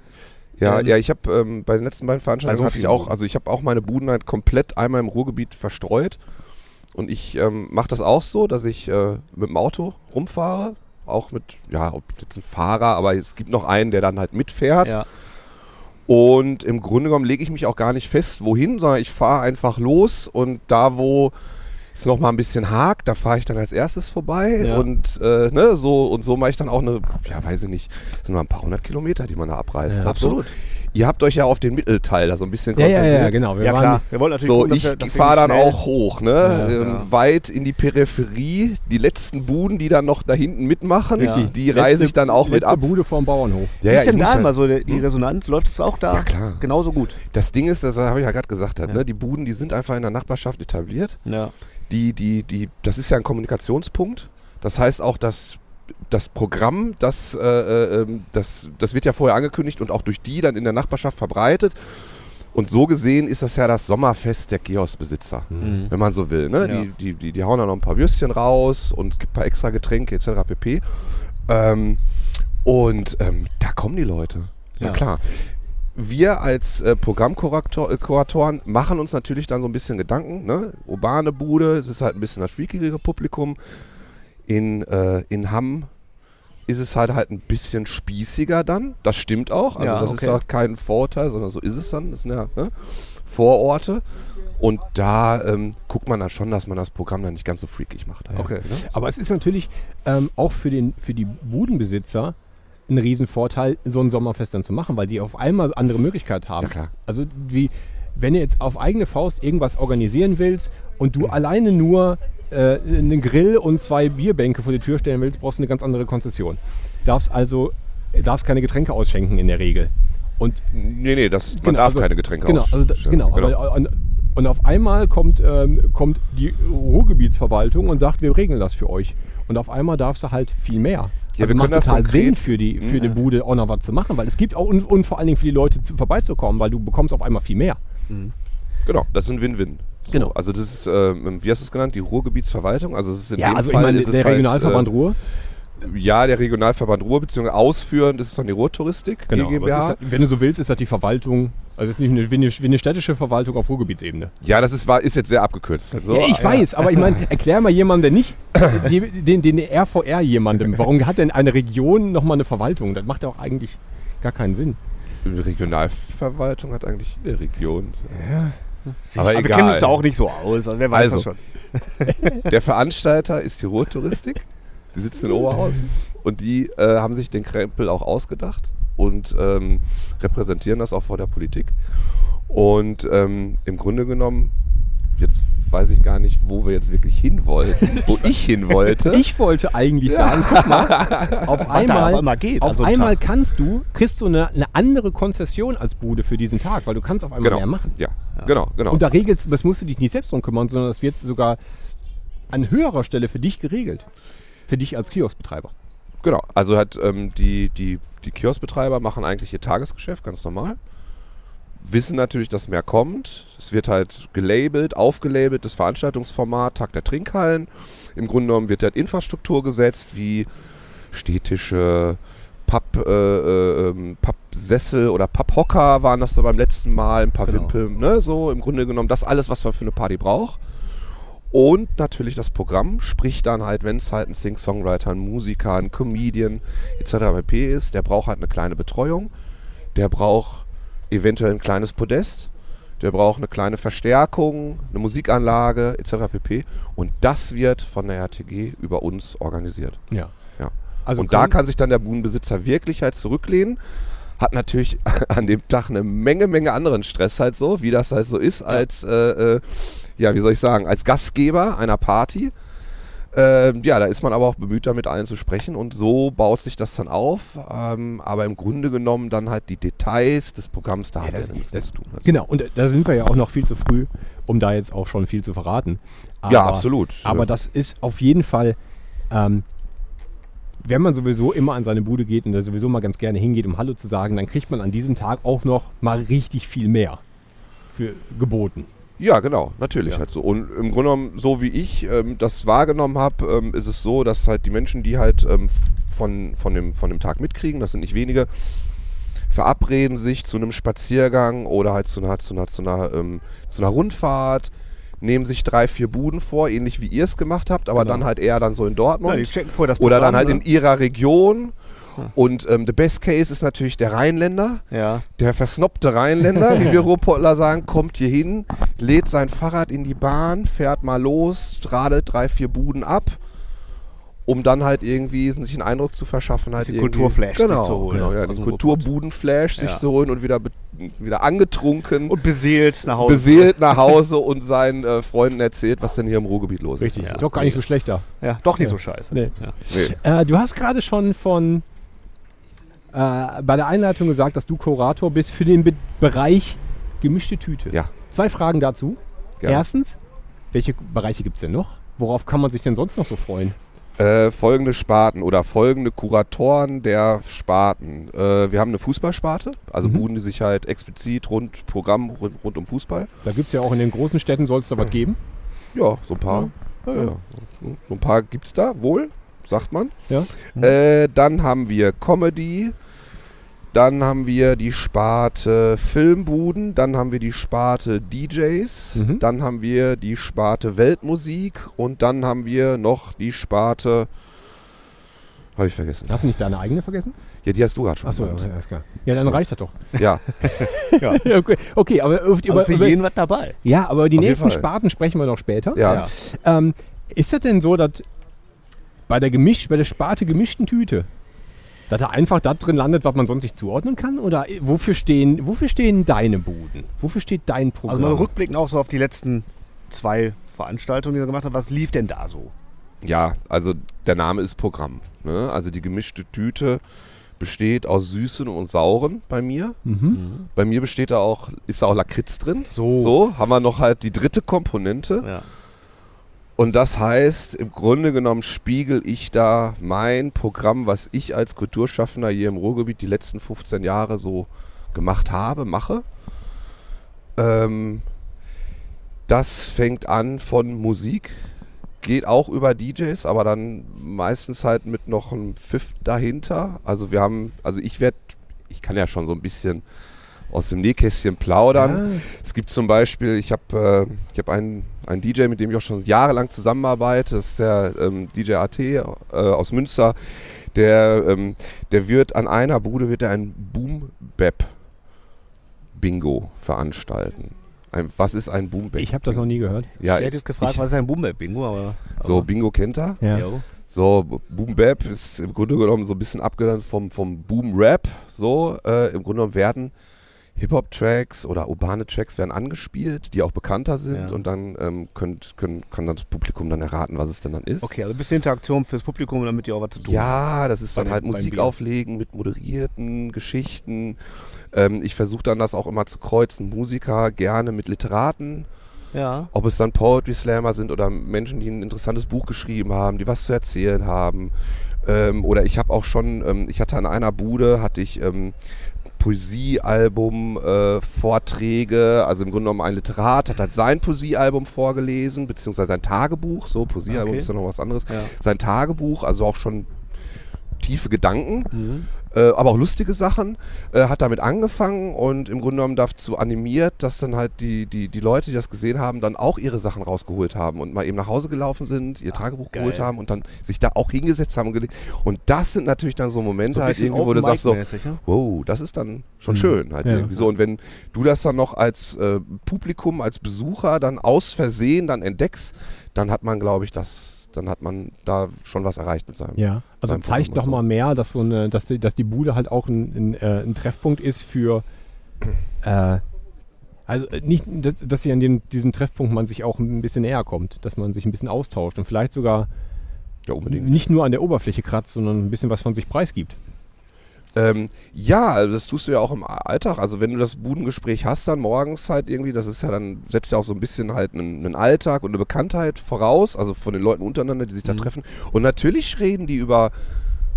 G: Ja,
F: Ähm,
G: ja, ich habe ähm, bei den letzten beiden Veranstaltungen
F: Also
G: hatte ich
F: Kaffee-
G: auch, also ich habe auch meine Buden halt komplett einmal im Ruhrgebiet verstreut und ich ähm, mache das auch so, dass ich äh, mit dem Auto rumfahre, auch mit, ja, ob jetzt ein Fahrer, aber es gibt noch einen, der dann halt mitfährt
F: Ja.
G: und im Grunde genommen lege ich mich auch gar nicht fest, wohin, sondern ich fahre einfach los und da, wo es noch mal ein bisschen hakt, da fahre ich dann als erstes vorbei
F: Ja.
G: und äh, ne, so und so mache ich dann auch eine, ja weiß ich nicht, sind mal ein paar hundert Kilometer, die man da abreißt.
E: Ja,
G: Hab so-
F: absolut.
G: Ihr habt euch ja auf den Mittelteil da so ein bisschen
E: Ja, ja,
G: konzentriert.
E: ja, genau. Wir
F: Ja,
E: waren,
F: klar. Wir wollten natürlich
G: So,
F: gucken, dass
G: ich
F: wir- dass wir
G: fahre dann
F: schnell-
G: auch hoch, ne? ähm,
F: ja.
G: Weit in die Peripherie. Die letzten Buden, die dann noch da hinten mitmachen,
F: Richtig.
G: die reise ich dann auch
E: letzte
G: mit ab.
E: Bude vorm Bauernhof.
G: Ja,
F: Wie
G: ja,
F: ist denn
G: ich muss
F: da
G: ja- Hm?
F: immer so die, die Resonanz? Läuft es auch da
G: Ja, klar.
F: genauso gut?
G: Das Ding ist, das habe ich ja gerade gesagt, hat, ne? die Buden, die sind einfach in der Nachbarschaft etabliert.
F: Ja.
G: Die, die, die, das ist ja ein Kommunikationspunkt. Das heißt auch, dass das Programm, das, äh, äh, ähm, das, das wird ja vorher angekündigt und auch durch die dann in der Nachbarschaft verbreitet. Und so gesehen ist das ja das Sommerfest der Kioskbesitzer, wenn man so will. Ne?
F: Ja.
G: Die, die, die, die hauen da noch ein paar Würstchen raus und gibt ein paar extra Getränke etc. pp. Ähm, und ähm, da kommen die Leute.
F: Ja.
G: Na klar. Wir als äh, Programmkuratoren machen uns natürlich dann so ein bisschen Gedanken. Ne? Urbane Bude, es ist halt ein bisschen das freakigere Publikum. In, äh, in Hamm ist es halt halt ein bisschen spießiger dann. Das stimmt auch. Also
F: Ja,
G: das
F: okay.
G: ist halt kein Vorurteil, sondern so ist es dann. Das sind ja ne? Vororte. Und da ähm, guckt man dann schon, dass man das Programm dann nicht ganz so freakig macht. halt,
F: Okay.
G: Ne?
E: Aber es ist natürlich ähm, auch für, den, für die Budenbesitzer ein Riesenvorteil, so ein Sommerfest dann zu machen, weil die auf einmal andere Möglichkeiten haben.
G: Ja, klar.
E: Also wie, wenn du jetzt auf eigene Faust irgendwas organisieren willst und du alleine nur äh, einen Grill und zwei Bierbänke vor die Tür stellen willst, brauchst du eine ganz andere Konzession. Darfst also darfst keine Getränke ausschenken in der Regel. Und
G: Nee, nee, das, man darf
E: also-
G: keine Getränke
E: genau, also da,
G: ausstellen.
E: genau, Aber, und, und auf einmal kommt, ähm, kommt die Ruhrgebietsverwaltung und sagt, wir regeln das für euch. Und auf einmal darfst du halt viel mehr.
G: Ja, wir
E: also macht
G: können das
E: total
G: konkret- Mhm.
E: Sinn für die für die Bude auch noch was zu machen, weil es gibt auch und, und vor allen Dingen für die Leute zu, vorbeizukommen, weil du bekommst auf einmal viel mehr.
G: Genau, das ist ein Win-Win. So,
E: Genau.
G: Also das ist, ähm, wie hast du es genannt, die Ruhrgebietsverwaltung? Also es ist in
E: Ja,
G: dem
E: also ich
G: Fall
E: meine,
G: ist es
E: der
G: halt,
E: Regionalverband
G: äh,
E: Ruhr,
G: Ja, der Regionalverband Ruhr, beziehungsweise ausführend ist es dann die Ruhrtouristik,
E: genau,
G: die
E: aber es ist,
G: GmbH.
E: halt- wenn du so willst, ist das die Verwaltung, also es ist nicht eine, wie eine, wie eine städtische Verwaltung auf Ruhrgebietsebene.
G: ja, das ist, war, ist jetzt sehr abgekürzt. Also,
E: ja, ich weiß, aber ich meine, erklär mal jemandem, der nicht, die- den, den RVR jemandem, warum hat denn eine Region nochmal eine Verwaltung? Das macht ja auch eigentlich gar keinen Sinn.
G: Regionalverwaltung hat eigentlich jede Region. Aber,
F: Aber
G: egal.
F: wir kennen uns da auch nicht so aus. Also wer weiß
G: Also.
F: das schon?
G: Der Veranstalter ist die Ruhrtouristik. Die sitzen in Oberhausen und die äh, haben sich den Krempel auch ausgedacht und ähm, repräsentieren das auch vor der Politik. Und ähm, im Grunde genommen Jetzt weiß ich gar nicht, wo wir jetzt wirklich hin wollten. Wo ich hin wollte.
E: Ich wollte eigentlich sagen, guck mal, auf einmal,
F: auf einmal geht,
E: auf
F: also ein
E: einmal
F: Tag.
E: kannst du, kriegst du eine, eine andere Konzession als Bude für diesen Tag, weil du kannst auf einmal
G: genau.
E: mehr machen.
G: Ja, genau, genau.
E: Und da regelst, das musst du dich nicht selbst drum kümmern, sondern das wird sogar an höherer Stelle für dich geregelt. Für dich als Kioskbetreiber.
G: Genau, also hat ähm, die, die, die Kioskbetreiber machen eigentlich ihr Tagesgeschäft, ganz normal. Wissen natürlich, dass mehr kommt. Es wird halt gelabelt, aufgelabelt, das Veranstaltungsformat, Tag der Trinkhallen. Im Grunde genommen wird halt Infrastruktur gesetzt, wie städtische Papp, äh, äh, ähm, Pappsessel oder Papphocker waren das da beim letzten Mal, ein paar
F: Genau.
G: Wimpel, ne? so im Grunde genommen das alles, was man für eine Party braucht. Und natürlich das Programm, sprich dann halt, wenn es halt ein Sing-Songwriter, ein Musiker, ein Comedian etc. pp. ist, der braucht halt eine kleine Betreuung, der braucht eventuell ein kleines Podest, der braucht eine kleine Verstärkung, eine Musikanlage etc. pp. Und das wird von der RTG über uns organisiert.
E: Ja.
G: Ja.
E: Also
G: und da
E: können-
G: kann sich dann der Budenbesitzer wirklich halt zurücklehnen. Hat natürlich an dem Tag eine Menge, Menge anderen Stress halt so, wie das halt so ist, als, äh, äh, ja, wie soll ich sagen, als Gastgeber einer Party. Ähm, ja, da ist man aber auch bemüht, da mit allen zu sprechen und so baut sich das dann auf. Ähm, aber im Grunde genommen dann halt die Details des Programms, da hat
E: das-
G: er dann nichts mehr
E: das-
G: zu tun. Also,
E: Genau, und da sind wir ja auch noch viel zu früh, um da jetzt auch schon viel zu verraten. Aber,
G: Ja, absolut.
E: Aber
G: Ja.
E: das ist auf jeden Fall, ähm, wenn man sowieso immer an seine Bude geht und da sowieso mal ganz gerne hingeht, um Hallo zu sagen, dann kriegt man an diesem Tag auch noch mal richtig viel mehr für geboten.
G: Ja, genau, natürlich halt so. Und im Grunde genommen, so wie ich ähm, das wahrgenommen habe, ähm, ist es so, dass halt die Menschen, die halt ähm, f- von, von, dem, von dem Tag mitkriegen, das sind nicht wenige, verabreden sich zu einem Spaziergang oder halt zu einer, zu einer, zu einer, ähm, zu einer Rundfahrt, nehmen sich drei, vier Buden vor, ähnlich wie ihr es gemacht habt, aber dann halt eher dann so in Dortmund.
F: Genau. Ja, die checken vorher das
G: oder dann halt
F: Programm,
G: in
F: ne? Hm.
G: ihrer Region. Und ähm, the best case ist natürlich der Rheinländer.
F: Ja.
G: Der versnobte Rheinländer, wie wir Ruhrpottler sagen, kommt hier hin, lädt sein Fahrrad in die Bahn, fährt mal los, radelt drei, vier Buden ab, um dann halt irgendwie sich einen Eindruck zu verschaffen. Halt
F: Bisschen
G: irgendwie-
F: Kulturflash sich
G: genau,
F: zu holen,
G: Genau, ja,
F: aus
G: den
F: dem
G: Kulturbudenflash sich
F: Ja.
G: zu holen und wieder, be- wieder angetrunken,
F: Und beseelt nach Hause.
G: beseelt nach Hause und seinen äh, Freunden erzählt, was denn hier im Ruhrgebiet los ist.
E: Ja. Doch gar nicht so schlechter.
F: Ja, doch nicht so scheiße.
E: Nee.
F: Ja.
G: Nee.
E: Äh, du hast gerade schon von äh, bei der Einleitung gesagt, dass du Kurator bist für den Be Bereich gemischte Tüte.
G: Ja.
E: Zwei Fragen dazu.
G: Gerne.
E: Erstens, welche Bereiche gibt es denn noch? Worauf kann man sich denn sonst noch so freuen?
G: Äh, folgende Sparten oder folgende Kuratoren der Sparten. Äh, wir haben eine Fußballsparte, also Buden, die sich halt explizit rund Programm rund, rund um Fußball.
E: Da gibt es ja auch in den großen Städten, soll es da was geben.
G: Ja, so ein paar. Ja, ja. So ein paar gibt's da wohl, sagt man.
E: Ja.
G: Äh, dann haben wir Comedy. Dann haben wir die Sparte Filmbuden, dann haben wir die Sparte DJs,
E: Mhm.
G: dann haben wir die Sparte Weltmusik und dann haben wir noch die Sparte. Habe ich vergessen.
E: Hast du nicht deine eigene vergessen?
G: Ja, die hast du gerade schon.
E: Achso, ja,
G: genannt.
E: alles klar. Ja, dann
G: So.
E: reicht das doch.
G: ja.
E: okay, okay, aber über,
F: Also für
E: über,
F: jeden was dabei.
E: ja, aber die
G: Auf jeden
E: nächsten
G: Fall.
E: Sparten sprechen wir noch später.
G: ja,
F: Ja.
E: Ähm, ist das denn so, dass bei der gemischt, bei der Sparte gemischten Tüte, dass da einfach das drin landet, was man sonst nicht zuordnen kann? Oder wofür stehen, wofür stehen deine Buden? Wofür steht dein
F: Also
E: Programm?
F: mal rückblicken auch so auf die letzten zwei Veranstaltungen, die wir gemacht haben. Was lief denn da so?
G: Ja, also der Name ist Programm. Ne? Also die gemischte Tüte besteht aus Süßen und Sauren bei mir. Bei mir besteht da auch, ist da auch Lakritz drin.
F: So.
G: so haben wir noch halt die dritte Komponente.
F: Ja.
G: Und das heißt, im Grunde genommen spiegel ich da mein Programm, was ich als Kulturschaffender hier im Ruhrgebiet die letzten 15 Jahre so gemacht habe, mache. Ähm, das fängt an von Musik, geht auch über DJs, aber dann meistens halt mit noch einem Pfiff dahinter. Also wir haben, also ich werde, ich kann ja schon so ein bisschen aus dem Nähkästchen plaudern. Es gibt zum Beispiel, ich habe äh, ich hab einen, einen DJ, mit dem ich auch schon jahrelang zusammenarbeite, das ist der ähm, DJ AT äh, aus Münster. Der, ähm, der wird an einer Bude wird er ein Boom-Bap-Bingo veranstalten. Ein, was ist ein Boom-Bap?
E: ich habe das noch nie gehört.
G: ja,
F: ich hätte jetzt gefragt,
G: ich-
F: was ist ein Bumble-Bingo, aber.
G: so, Bingo kennt er.
E: Ja.
F: Jo.
G: So, Boom Bap ist im Grunde genommen so ein bisschen abgeleitet vom, vom Boom Rap. So, äh, im Grunde genommen werden Hip-Hop-Tracks oder urbane Tracks werden angespielt, die auch bekannter sind
F: Ja.
G: und dann ähm, könnt, können, kann das Publikum dann erraten, was es denn dann ist.
F: Okay, also ein bisschen Interaktion fürs Publikum, damit ihr auch was zu tun habt.
G: Ja, das ist
F: Bei
G: dann
F: dem-
G: halt
F: beim
G: Musik
F: Bier.
G: auflegen mit moderierten Geschichten. Ähm, ich versuche dann das auch immer zu kreuzen, Musiker gerne mit Literaten,
F: Ja.
G: ob es dann Poetry Slammer sind oder Menschen, die ein interessantes Buch geschrieben haben, die was zu erzählen haben. Ähm, oder ich habe auch schon, ähm, ich hatte an einer Bude, hatte ich ähm, Poesiealbum, äh, Vorträge, also im Grunde genommen ein Literat hat halt sein Poesiealbum vorgelesen, beziehungsweise sein Tagebuch, so Poesiealbum
F: Okay.
G: ist ja noch was anderes,
F: Ja.
G: sein Tagebuch, also auch schon tiefe Gedanken, äh, aber auch lustige Sachen, äh, hat damit angefangen und im Grunde genommen dazu animiert, dass dann halt die, die, die Leute, die das gesehen haben, dann auch ihre Sachen rausgeholt haben und mal eben nach Hause gelaufen sind, ihr Tagebuch
F: geil.
G: geholt haben und dann sich da auch hingesetzt haben und gelegt. Und das sind natürlich dann so Momente halt irgendwie, wo du sagst so,
F: ja?
G: wow, das ist dann schon schön halt
E: Ja.
G: irgendwie so. Und wenn du das dann noch als äh, Publikum, als Besucher dann aus Versehen dann entdeckst, dann hat man, glaube ich, das, dann hat man da schon was erreicht mit seinem.
E: Ja, also
G: Beim
E: zeigt
G: Programm
E: doch
G: und
E: mal mehr, dass, so eine, dass, die, dass die Bude halt auch ein, ein, äh, ein Treffpunkt ist für. Äh, also äh, nicht, dass, dass sie an dem, diesem Treffpunkt man sich auch ein bisschen näher kommt, dass man sich ein bisschen austauscht und vielleicht sogar
G: Ja, unbedingt.
E: nicht nur an der Oberfläche kratzt, sondern ein bisschen was von sich preisgibt.
G: Ähm, ja, also das tust du ja auch im Alltag. Also wenn du das Budengespräch hast, dann morgens halt irgendwie, das ist ja dann, setzt ja auch so ein bisschen halt einen, einen Alltag und eine Bekanntheit voraus, also von den Leuten untereinander, die sich da treffen. Und natürlich reden die über,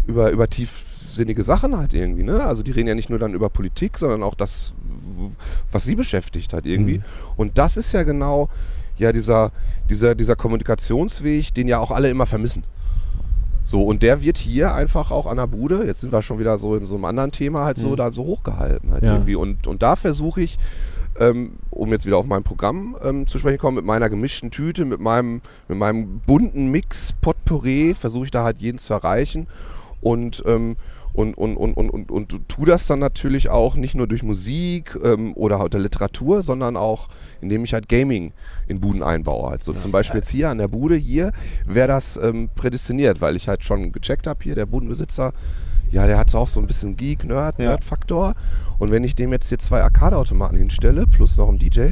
G: über, über tiefsinnige Sachen halt irgendwie, ne? Also die reden ja nicht nur dann über Politik, sondern auch das, w- was sie beschäftigt hat irgendwie. Und das ist ja genau ja dieser, dieser, dieser Kommunikationsweg, den ja auch alle immer vermissen. So, und der wird hier einfach auch an der Bude, jetzt sind wir schon wieder so in so einem anderen Thema, halt so da so hochgehalten. Halt
E: Ja.
G: irgendwie. Und, und da versuche ich, ähm, um jetzt wieder auf mein Programm ähm, zu sprechen zu kommen, mit meiner gemischten Tüte, mit meinem, mit meinem bunten Mix, Potpourri, versuche ich da halt jeden zu erreichen. Und, ähm, und, und, und, und, und, und tu das dann natürlich auch nicht nur durch Musik ähm, oder, oder Literatur, sondern auch, indem ich halt Gaming in Buden einbaue. Halt. So zum Beispiel jetzt hier an der Bude hier wäre das ähm, prädestiniert, weil ich halt schon gecheckt habe hier, der Budenbesitzer, ja, der hat auch so ein bisschen Geek, Nerd,
F: Ja.
G: Nerd-Faktor. Und wenn ich dem jetzt hier zwei Arcade-Automaten hinstelle, plus noch einen DJ,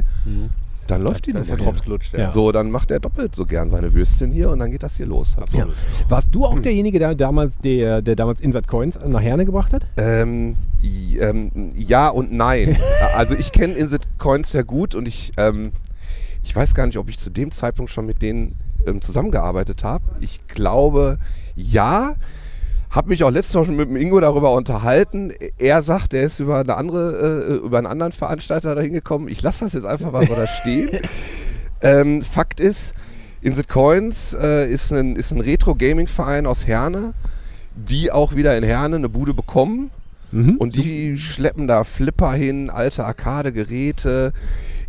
G: dann läuft die
F: Da ist der
G: Nummer
F: Drops
G: hier.
F: gelutscht,
E: Ja.
G: So, dann macht er doppelt so gern seine Würstchen hier und dann geht das hier los. Halt so.
E: Ja. Warst du auch derjenige, der damals, der, der damals Insert Coins nach Herne gebracht hat?
G: Ähm, i- ähm, ja und nein. also ich kenne Insit Coins sehr gut und ich, ähm, ich weiß gar nicht, ob ich zu dem Zeitpunkt schon mit denen ähm, zusammengearbeitet habe. Ich glaube, ja. Habe mich auch letztes Mal schon mit dem Ingo darüber unterhalten. Er sagt, er ist über eine andere, äh, über einen anderen Veranstalter dahin gekommen. Ich lasse das jetzt einfach mal so da stehen. Ähm, Fakt ist, Insit Coins äh, ist ein, ist ein Retro-Gaming-Verein aus Herne, die auch wieder in Herne eine Bude bekommen. Und die schleppen da Flipper hin, alte Arcade-Geräte.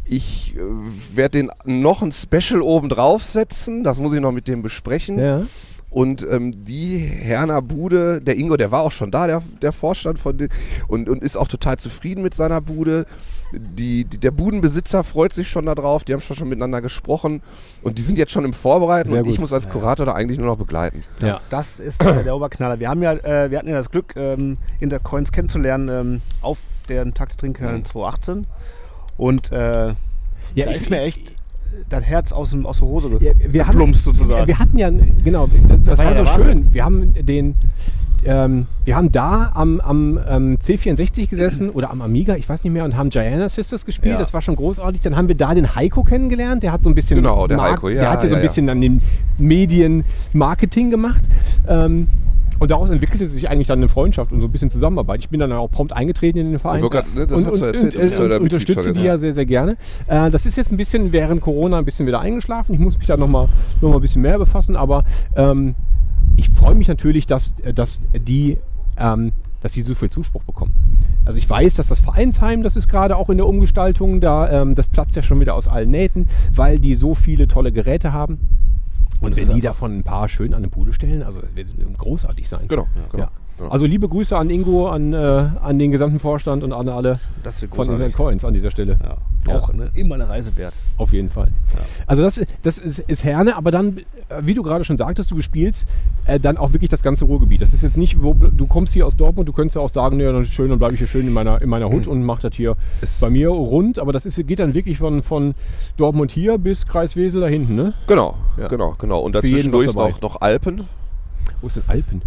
G: Ich äh, werde den noch ein Special oben draufsetzen. Das muss ich noch mit dem besprechen.
E: Ja.
G: Und ähm, die Herner Bude, der Ingo, der war auch schon da, der, der Vorstand von den, und, und ist auch total zufrieden mit seiner Bude. Die, die, der Budenbesitzer freut sich schon darauf, die haben schon, schon miteinander gesprochen und die sind jetzt schon im Vorbereiten
E: Sehr
G: und ich
E: gut.
G: muss als Kurator da eigentlich nur noch begleiten.
E: ja.
F: Das ist äh, der Oberknaller. Wir haben ja, äh, wir hatten ja das Glück, ähm, Intercoins kennenzulernen ähm, auf dem Tag des Trinkern 2018. Und äh,
E: Ja,
F: da
E: ich-
F: ist mir echt das Herz aus, dem, aus der Hose ge
E: Ja, wir haben,
F: geplumpst sozusagen.
E: Wir hatten ja, genau, das, das
F: war
E: war
F: ja
E: so
F: der Wahnsinn.
E: schön. Wir haben den, ähm, wir haben da am, am ähm, C64 gesessen oder am Amiga, ich weiß nicht mehr, und haben Gianna Sisters gespielt.
F: Ja.
E: Das war schon großartig. Dann haben wir da den Heiko kennengelernt. Der hat so ein bisschen,
G: Genau, der
E: Mark-
G: Heiko, ja,
E: der hat ja so
G: ja,
E: ein
G: ja.
E: bisschen an den Medien Marketing gemacht. Ähm, und daraus entwickelte sich eigentlich dann eine Freundschaft und so ein bisschen Zusammenarbeit. Ich bin dann auch prompt eingetreten in den Verein.
G: Ich wollte grad, ne, das
E: und,
G: hast du
E: und,
G: erzählt, du
E: und,
G: bist ja
E: und,
G: da
E: und
G: Mitglied
E: unterstütze
G: schon,
E: die
G: ja.
E: ja sehr, sehr gerne. Äh, das ist jetzt ein bisschen während Corona ein bisschen wieder eingeschlafen. Ich muss mich da nochmal noch mal ein bisschen mehr befassen, aber ähm, ich freue mich natürlich, dass, äh, dass, die, ähm, dass die so viel Zuspruch bekommen. Also ich weiß, dass das Vereinsheim, das ist gerade auch in der Umgestaltung, da ähm, das platzt ja schon wieder aus allen Nähten, weil die so viele tolle Geräte haben. Und wenn die davon ein paar schön an eine Bude stellen, also das wird großartig sein.
G: Genau, genau.
E: Ja.
G: Ja.
E: Also liebe Grüße an Ingo, an, äh, an den gesamten Vorstand und an alle
F: Das wird
E: von unseren
F: großartig.
E: Coins an dieser Stelle.
F: Ja. Auch ne, immer eine Reise wert.
E: Auf jeden Fall. Also das, das ist, ist Herne, aber dann, äh, wie du gerade schon sagtest, du spielst äh, dann auch wirklich das ganze Ruhrgebiet. Das ist jetzt nicht, wo, du kommst hier aus Dortmund, du könntest ja auch sagen, ja, dann schön, dann bleibe ich hier schön in meiner, in meiner Hut und mache das hier
G: Mhm. Es-
E: bei mir rund. Aber das ist, geht dann wirklich von, von Dortmund hier bis Kreis Wesel da hinten, ne?
G: Genau,
E: Ja.
G: genau, genau. Und
E: Für jeden
G: dazwischen
E: was
G: durch
E: dabei.
G: noch, noch Alpen.
E: Wo ist denn Alpen?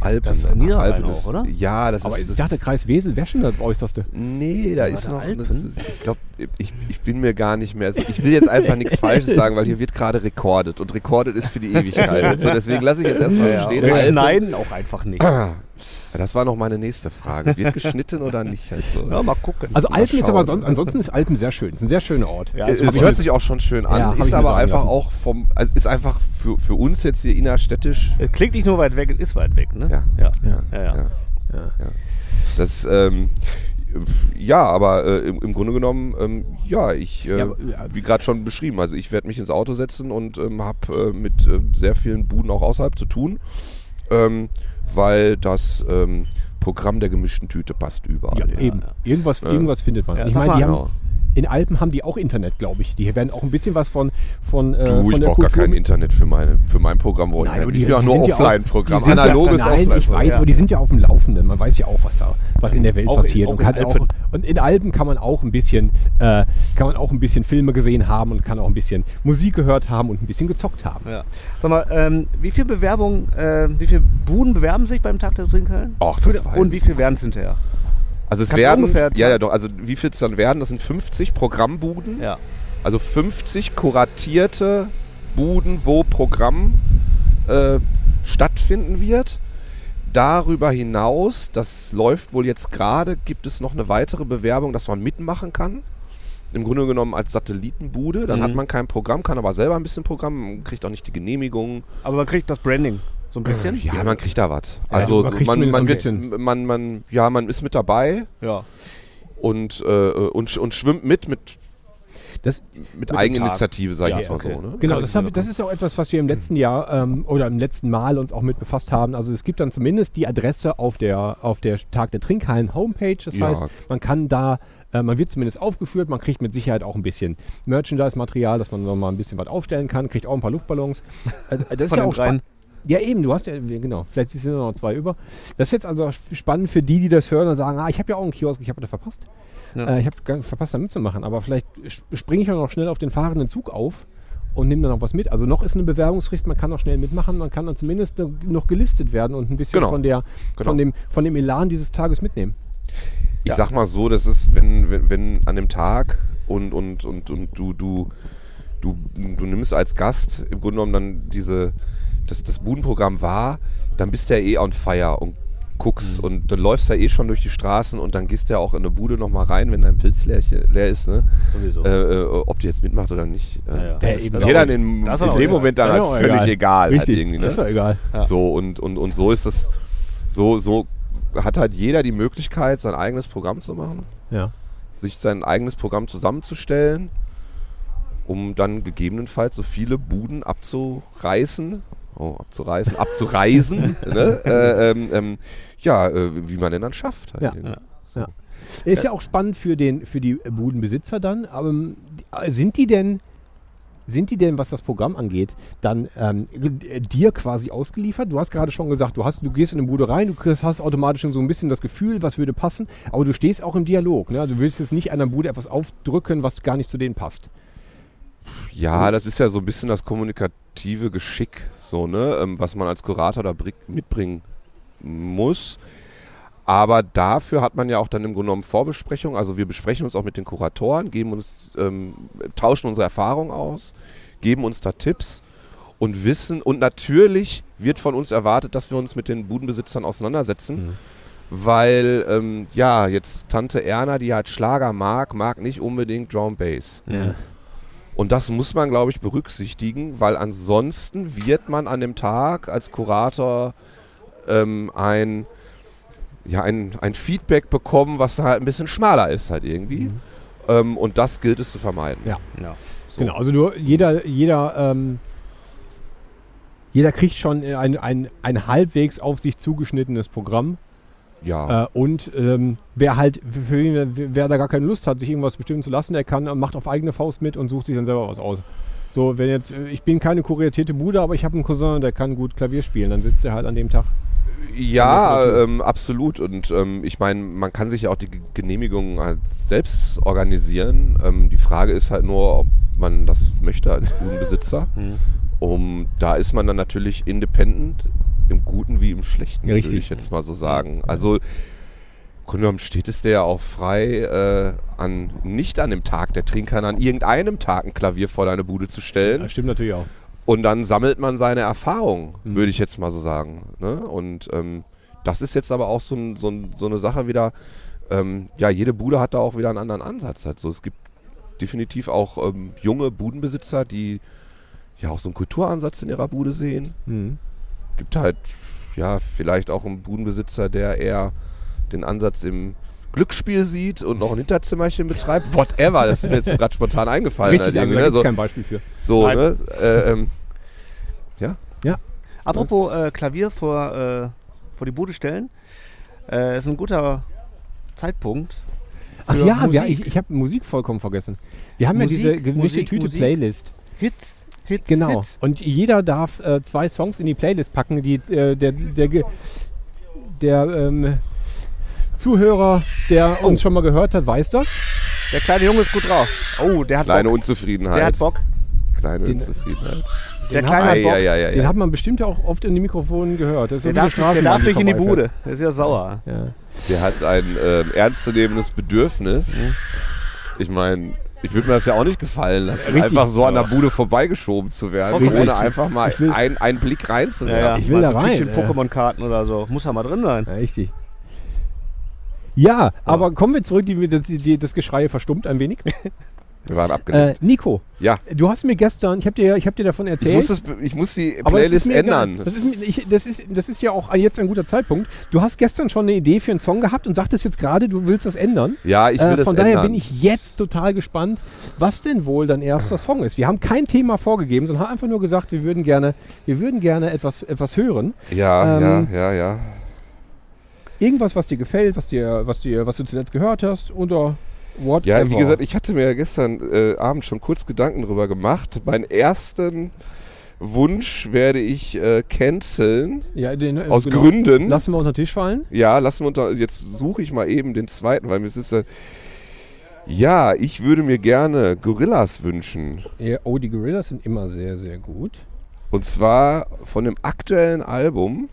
G: Alpen.
F: Das ist
G: Alpen
F: Niederrhein auch, oder?
G: Ja, das
E: Aber
G: ist.
E: ich
G: das
E: dachte,
G: ist-
E: Kreis Wesel wäre schon das Äußerste.
G: Nee, da
F: Warte,
G: ist noch.
F: Alpen?
G: Das ist, ich glaube, ich, ich bin mir gar nicht mehr. Also ich will jetzt einfach nichts Falsches sagen, weil hier wird gerade rekordet. Und rekordet ist für die Ewigkeit. Also deswegen lasse ich jetzt erstmal stehen.
F: wir
G: Alpen.
F: schneiden auch einfach nicht.
G: Ah, Das war noch meine nächste Frage. Wird geschnitten oder nicht? Also,
F: Ja, mal gucken.
E: Also
G: Mal
E: Alpen ist aber
G: schauen.
E: sonst, ansonsten ist Alpen sehr schön. Ist ein sehr schöner Ort.
F: Ja,
G: es
F: also
G: es
F: hab
G: hört
F: ich-
G: sich auch schon schön an,
E: Ja, hab ich
G: ist
E: mir
G: aber
E: sagen
G: einfach
E: lassen.
G: auch vom, also ist einfach für, für uns jetzt hier innerstädtisch
F: es klingt nicht nur weit weg, es ist weit weg, ne?
G: Ja.
F: Ja.
G: Ja,
F: Ja, ja.
G: ja. Das, ähm, ja, aber äh, im, im Grunde genommen, ähm, ja, ich, äh,
E: Ja, aber, ja.
G: wie gerade schon beschrieben, also ich werde mich ins Auto setzen und ähm, habe äh, mit äh, sehr vielen Buden auch außerhalb zu tun, ähm, weil das ähm, Programm der gemischten Tüte passt überall.
E: Ja, eben. Irgendwas, irgendwas findet man.
F: Ja,
E: ich
F: sag
E: meine, die
F: mal.
E: haben, in Alpen haben die auch Internet, glaube ich. Die werden auch ein bisschen was von, von, äh,
G: Du,
E: von
G: ich
E: der
G: brauche
E: Kultur.
G: gar kein Internet für, meine, für mein Programm. Wo
E: Nein, aber
G: ich
E: die,
G: ich will auch
E: die
G: nur
E: sind ja auch-
G: Offline-Programm.
E: die sind
G: Analoges
E: ja, Nein, ich weiß,
G: Offline-Programm.
E: aber die sind ja auf dem Laufenden. Man weiß ja auch, was da, was in der Welt
F: Auch in-
E: passiert.
F: auch
E: und,
F: in
E: kann auch,
F: Alpen.
E: und in Alpen kann man auch ein bisschen, äh, kann man auch ein bisschen Filme gesehen haben und kann auch ein bisschen Musik gehört haben und ein bisschen gezockt haben.
F: Ja. Sag mal, ähm, wie viele Bewerbungen, äh, wie viele Buden bewerben sich beim Tag der Trinkhallen?
G: Ach,
F: Für-
G: das weiß
F: Und
G: ich
F: wie viele werden es hinterher?
G: Also es
F: Kannst du
G: werden,
F: ungefähr
G: ja, ja
F: sagen?
G: doch, also wie viel es dann werden, das sind 50 Programmbuden.
F: Ja.
G: Also 50 kuratierte Buden, wo Programm äh, stattfinden wird. Darüber hinaus, das läuft wohl jetzt gerade, gibt es noch eine weitere Bewerbung, dass man mitmachen kann. Im Grunde genommen als Satellitenbude. Dann
F: Mhm.
G: hat man kein Programm, kann aber selber ein bisschen Programm, kriegt auch nicht die Genehmigung.
F: Aber man kriegt das Branding so ein bisschen.
G: Ja, man kriegt da was. Also
E: man
G: so,
E: kriegt
G: man,
E: zumindest
G: man,
E: ein
G: wird,
E: bisschen.
G: man, man, ja, man ist mit dabei
F: Ja.
G: und, äh, und, sch- und schwimmt mit mit,
E: Das,
G: mit
F: dem
G: Eigeninitiative, sage ich
F: Ja,
G: jetzt mal
F: okay.
G: so. Ne?
E: Genau,
G: Kann
E: das,
G: ich
E: hab,
G: mir
E: das ist auch etwas, was wir im letzten Jahr ähm, oder im letzten Mal uns auch mit befasst haben. Also es gibt dann zumindest die Adresse auf der, auf der Tag der Trinkhallen Homepage. Das
G: Ja.
E: heißt, man kann da, äh, man wird zumindest aufgeführt, man kriegt mit Sicherheit auch ein bisschen Merchandise-Material, dass man noch mal ein bisschen was aufstellen kann, kriegt auch ein paar Luftballons. Äh, das ist
F: Von
E: ja
F: den
E: auch span-
F: dreien.
E: ja, eben, du hast ja, genau, vielleicht sind ja noch zwei über. Das ist jetzt also sp- spannend für die, die das hören und sagen, ah, ich habe ja auch einen Kiosk, ich habe da verpasst.
F: Ja.
E: Äh, ich habe verpasst, da mitzumachen, aber vielleicht springe ich auch noch schnell auf den fahrenden Zug auf und nehme dann noch was mit. Also noch ist eine Bewerbungsfrist, man kann noch schnell mitmachen, man kann dann zumindest noch gelistet werden und ein bisschen
G: Genau.
E: von, der,
G: Genau.
E: von, dem, von dem Elan dieses Tages mitnehmen.
G: Ich sag mal so, das ist, wenn, wenn, wenn an dem Tag und, und, und, und du, du, du, du nimmst als Gast im Grunde genommen dann diese, das, das Budenprogramm wahr, dann bist du ja eh on fire und guckst und dann läufst du ja eh schon durch die Straßen und dann gehst du ja auch in eine Bude nochmal rein, wenn dein Pilz leer, leer ist, ne?
F: Sowieso.
G: Äh, äh, ob du jetzt mitmacht oder nicht. Äh,
F: Ja, ja.
G: Das
E: Ja,
G: ist
E: eben.
G: dir dann in,
F: Das ist
G: in
F: auch
G: dem
F: egal.
G: Moment dann
E: Das ist
G: halt
E: auch
G: völlig egal, halt
E: Richtig,
G: irgendwie. Ne?
E: das war egal.
G: So und, und, und so ist das, so, so hat halt jeder die Möglichkeit, sein eigenes Programm zu machen,
E: Ja.
G: sich sein eigenes Programm zusammenzustellen, um dann gegebenenfalls so viele Buden abzureißen. Oh, abzureißen, abzureisen, ne? äh, ähm, ähm, ja, äh, wie man denn dann schafft. Halt
E: Ja.
G: irgendwie.
E: Ja. Ist ja auch spannend für, den, für die Budenbesitzer dann. Aber ähm, die- äh, sind die denn, sind die denn, was das Programm angeht, dann ähm, g- äh, dir quasi ausgeliefert? Du hast gerade schon gesagt, du, hast, du gehst in eine Bude rein, du kriegst, hast automatisch schon so ein bisschen das Gefühl, was würde passen, aber du stehst auch im Dialog. Ne? Du willst jetzt nicht einer Bude etwas aufdrücken, was gar nicht zu denen passt.
G: Ja, das ist ja so ein bisschen das kommunikative Geschick, so, ne, ähm, was man als Kurator da bri- mitbringen muss. Aber dafür hat man ja auch dann im Grunde genommen Vorbesprechungen. Also wir besprechen uns auch mit den Kuratoren, geben uns, ähm, tauschen unsere Erfahrungen aus, geben uns da Tipps und wissen. Und natürlich wird von uns erwartet, dass wir uns mit den Budenbesitzern auseinandersetzen. Weil, ähm, ja, jetzt Tante Erna, die halt Schlager mag, mag nicht unbedingt Drum Bass. Und das muss man, glaube ich, berücksichtigen, weil ansonsten wird man an dem Tag als Kurator ähm, ein, ja, ein, ein Feedback bekommen, was halt ein bisschen schmaler ist halt irgendwie. Ähm, und das gilt es zu vermeiden.
E: Ja.
F: Ja.
E: Genau, also du, jeder, jeder, ähm, Jeder kriegt schon äh, ein, ein, ein halbwegs auf sich zugeschnittenes Programm.
G: Ja.
E: Äh, und ähm, wer halt, für ihn, wer da gar keine Lust hat, sich irgendwas bestimmen zu lassen, der kann, äh, macht auf eigene Faust mit und sucht sich dann selber was aus. So, wenn jetzt, äh, ich bin keine kuratierte Bude, aber ich habe einen Cousin, der kann gut Klavier spielen, dann sitzt er halt an dem Tag.
G: Ja, ähm, absolut. Und ähm, ich meine, man kann sich ja auch die Ge- Genehmigung halt selbst organisieren. Ähm, die Frage ist halt nur, ob man das möchte als Budenbesitzer. um, da ist man dann natürlich independent, im Guten wie im Schlechten, würde
E: Richtig.
G: ich jetzt mal so sagen. Also im Grunde genommen steht es dir ja auch frei, äh, an, nicht an dem Tag der Trinkern, an irgendeinem Tag ein Klavier vor deine Bude zu stellen.
E: Das stimmt natürlich auch.
G: Und dann sammelt man seine Erfahrung, würde ich jetzt mal so sagen. Ne? Und ähm, das ist jetzt aber auch so, ein, so, ein, so eine Sache wieder, ähm, ja, jede Bude hat da auch wieder einen anderen Ansatz. Halt. So, es gibt definitiv auch ähm, junge Budenbesitzer, die ja auch so einen Kulturansatz in ihrer Bude sehen.
E: Mhm.
G: Gibt halt, ja, vielleicht auch einen Budenbesitzer, der eher den Ansatz im Glücksspiel sieht und noch ein Hinterzimmerchen betreibt. Whatever, das ist mir jetzt gerade spontan eingefallen.
E: Richtig,
G: halt
E: also
G: irgendwie,
E: da
G: ne?
E: gibt
G: so,
E: es kein Beispiel für.
G: so,
F: Nein.
G: ne? Äh, ähm, ja.
F: Apropos äh, Klavier vor, äh, vor die Bude stellen, äh, ist ein guter Zeitpunkt.
E: Ach
F: für
E: ja, wir,
F: Musik.
E: ich, ich habe Musik vollkommen vergessen. Wir haben
F: Musik,
E: ja diese gemischte
F: Musik,
E: Tüte
F: Musik.
E: Playlist.
F: Hits, Hits,
E: Genau.
F: Hits.
E: Und jeder darf äh, zwei Songs in die Playlist packen, die äh, der, der, der, der ähm, Zuhörer, der
F: Oh.
E: uns schon mal gehört hat, weiß das.
F: Der kleine Junge ist gut drauf. Oh, der hat
G: Kleine
F: Bock.
G: Unzufriedenheit.
F: Der hat Bock.
G: Kleine
E: Den-
G: Unzufriedenheit.
F: Der
E: Den
F: Kleine
G: Ei,
F: hat Bock.
G: ei, ei, ei,
E: Den
G: ei.
E: hat man bestimmt auch oft in den Mikrofonen gehört. Das ist
F: Der,
E: so wie
F: darf,
E: eine
F: nicht- der
E: Straßenbahn,
F: darf nicht in die
E: vorbeifährt.
F: Bude. Der ist ja sauer.
E: Ja.
G: Der hat ein ähm, ernstzunehmendes Bedürfnis.
E: Mhm.
G: Ich meine, ich würde mir das ja auch nicht gefallen lassen,
E: Richtig.
G: einfach so an der Bude vorbeigeschoben zu werden,
F: Richtig.
G: ohne einfach mal
E: Ich will-
G: ein- einen Blick reinzuwerfen.
E: Ich will da
F: Mal so
E: rein,
F: Tütchen
E: äh.
F: Pokémon-Karten oder so. Muss ja mal drin sein.
E: Ja, richtig. Ja, aber kommen wir zurück, die, die, die, das Geschrei verstummt ein wenig.
G: Wir waren
E: Äh,
G: abgelenkt.
E: Nico,
G: ja,
E: du hast mir gestern, ich habe dir, ich hab dir davon
G: ich
E: erzählt.
G: muss, das, ich muss die
E: Äh, Aber das
G: Playlist
E: ist mir egal.
G: ändern.
E: Das ist, mir- ich, das, ist, das ist ja auch jetzt ein guter Zeitpunkt. Du hast gestern schon eine Idee für einen Song gehabt und sagtest jetzt gerade, du willst das ändern.
G: ja, ich will das
E: Äh, von daher
G: ändern.
E: bin ich jetzt total gespannt, was denn wohl dein erster Song ist. Wir haben kein Thema vorgegeben, sondern haben einfach nur gesagt, wir würden gerne, wir würden gerne etwas, etwas hören.
G: ja,
E: ähm,
G: ja, ja, ja.
E: Irgendwas, was dir gefällt, was, dir, was, dir, was du zuletzt gehört hast oder whatever.
G: Ja, wie gesagt, ich hatte mir gestern äh, Abend schon kurz Gedanken drüber gemacht. Meinen ersten Wunsch werde ich äh, canceln.
E: ja, den, äh,
G: Aus
E: genau.
G: Gründen.
E: Lassen wir unter den Tisch fallen.
G: ja, lassen wir unter. Jetzt suche ich mal eben den zweiten, weil mir ist. Äh, ja, ich würde mir gerne Gorillas wünschen.
E: Ja, oh, die Gorillas sind immer sehr, sehr gut.
G: Und zwar von dem aktuellen Album.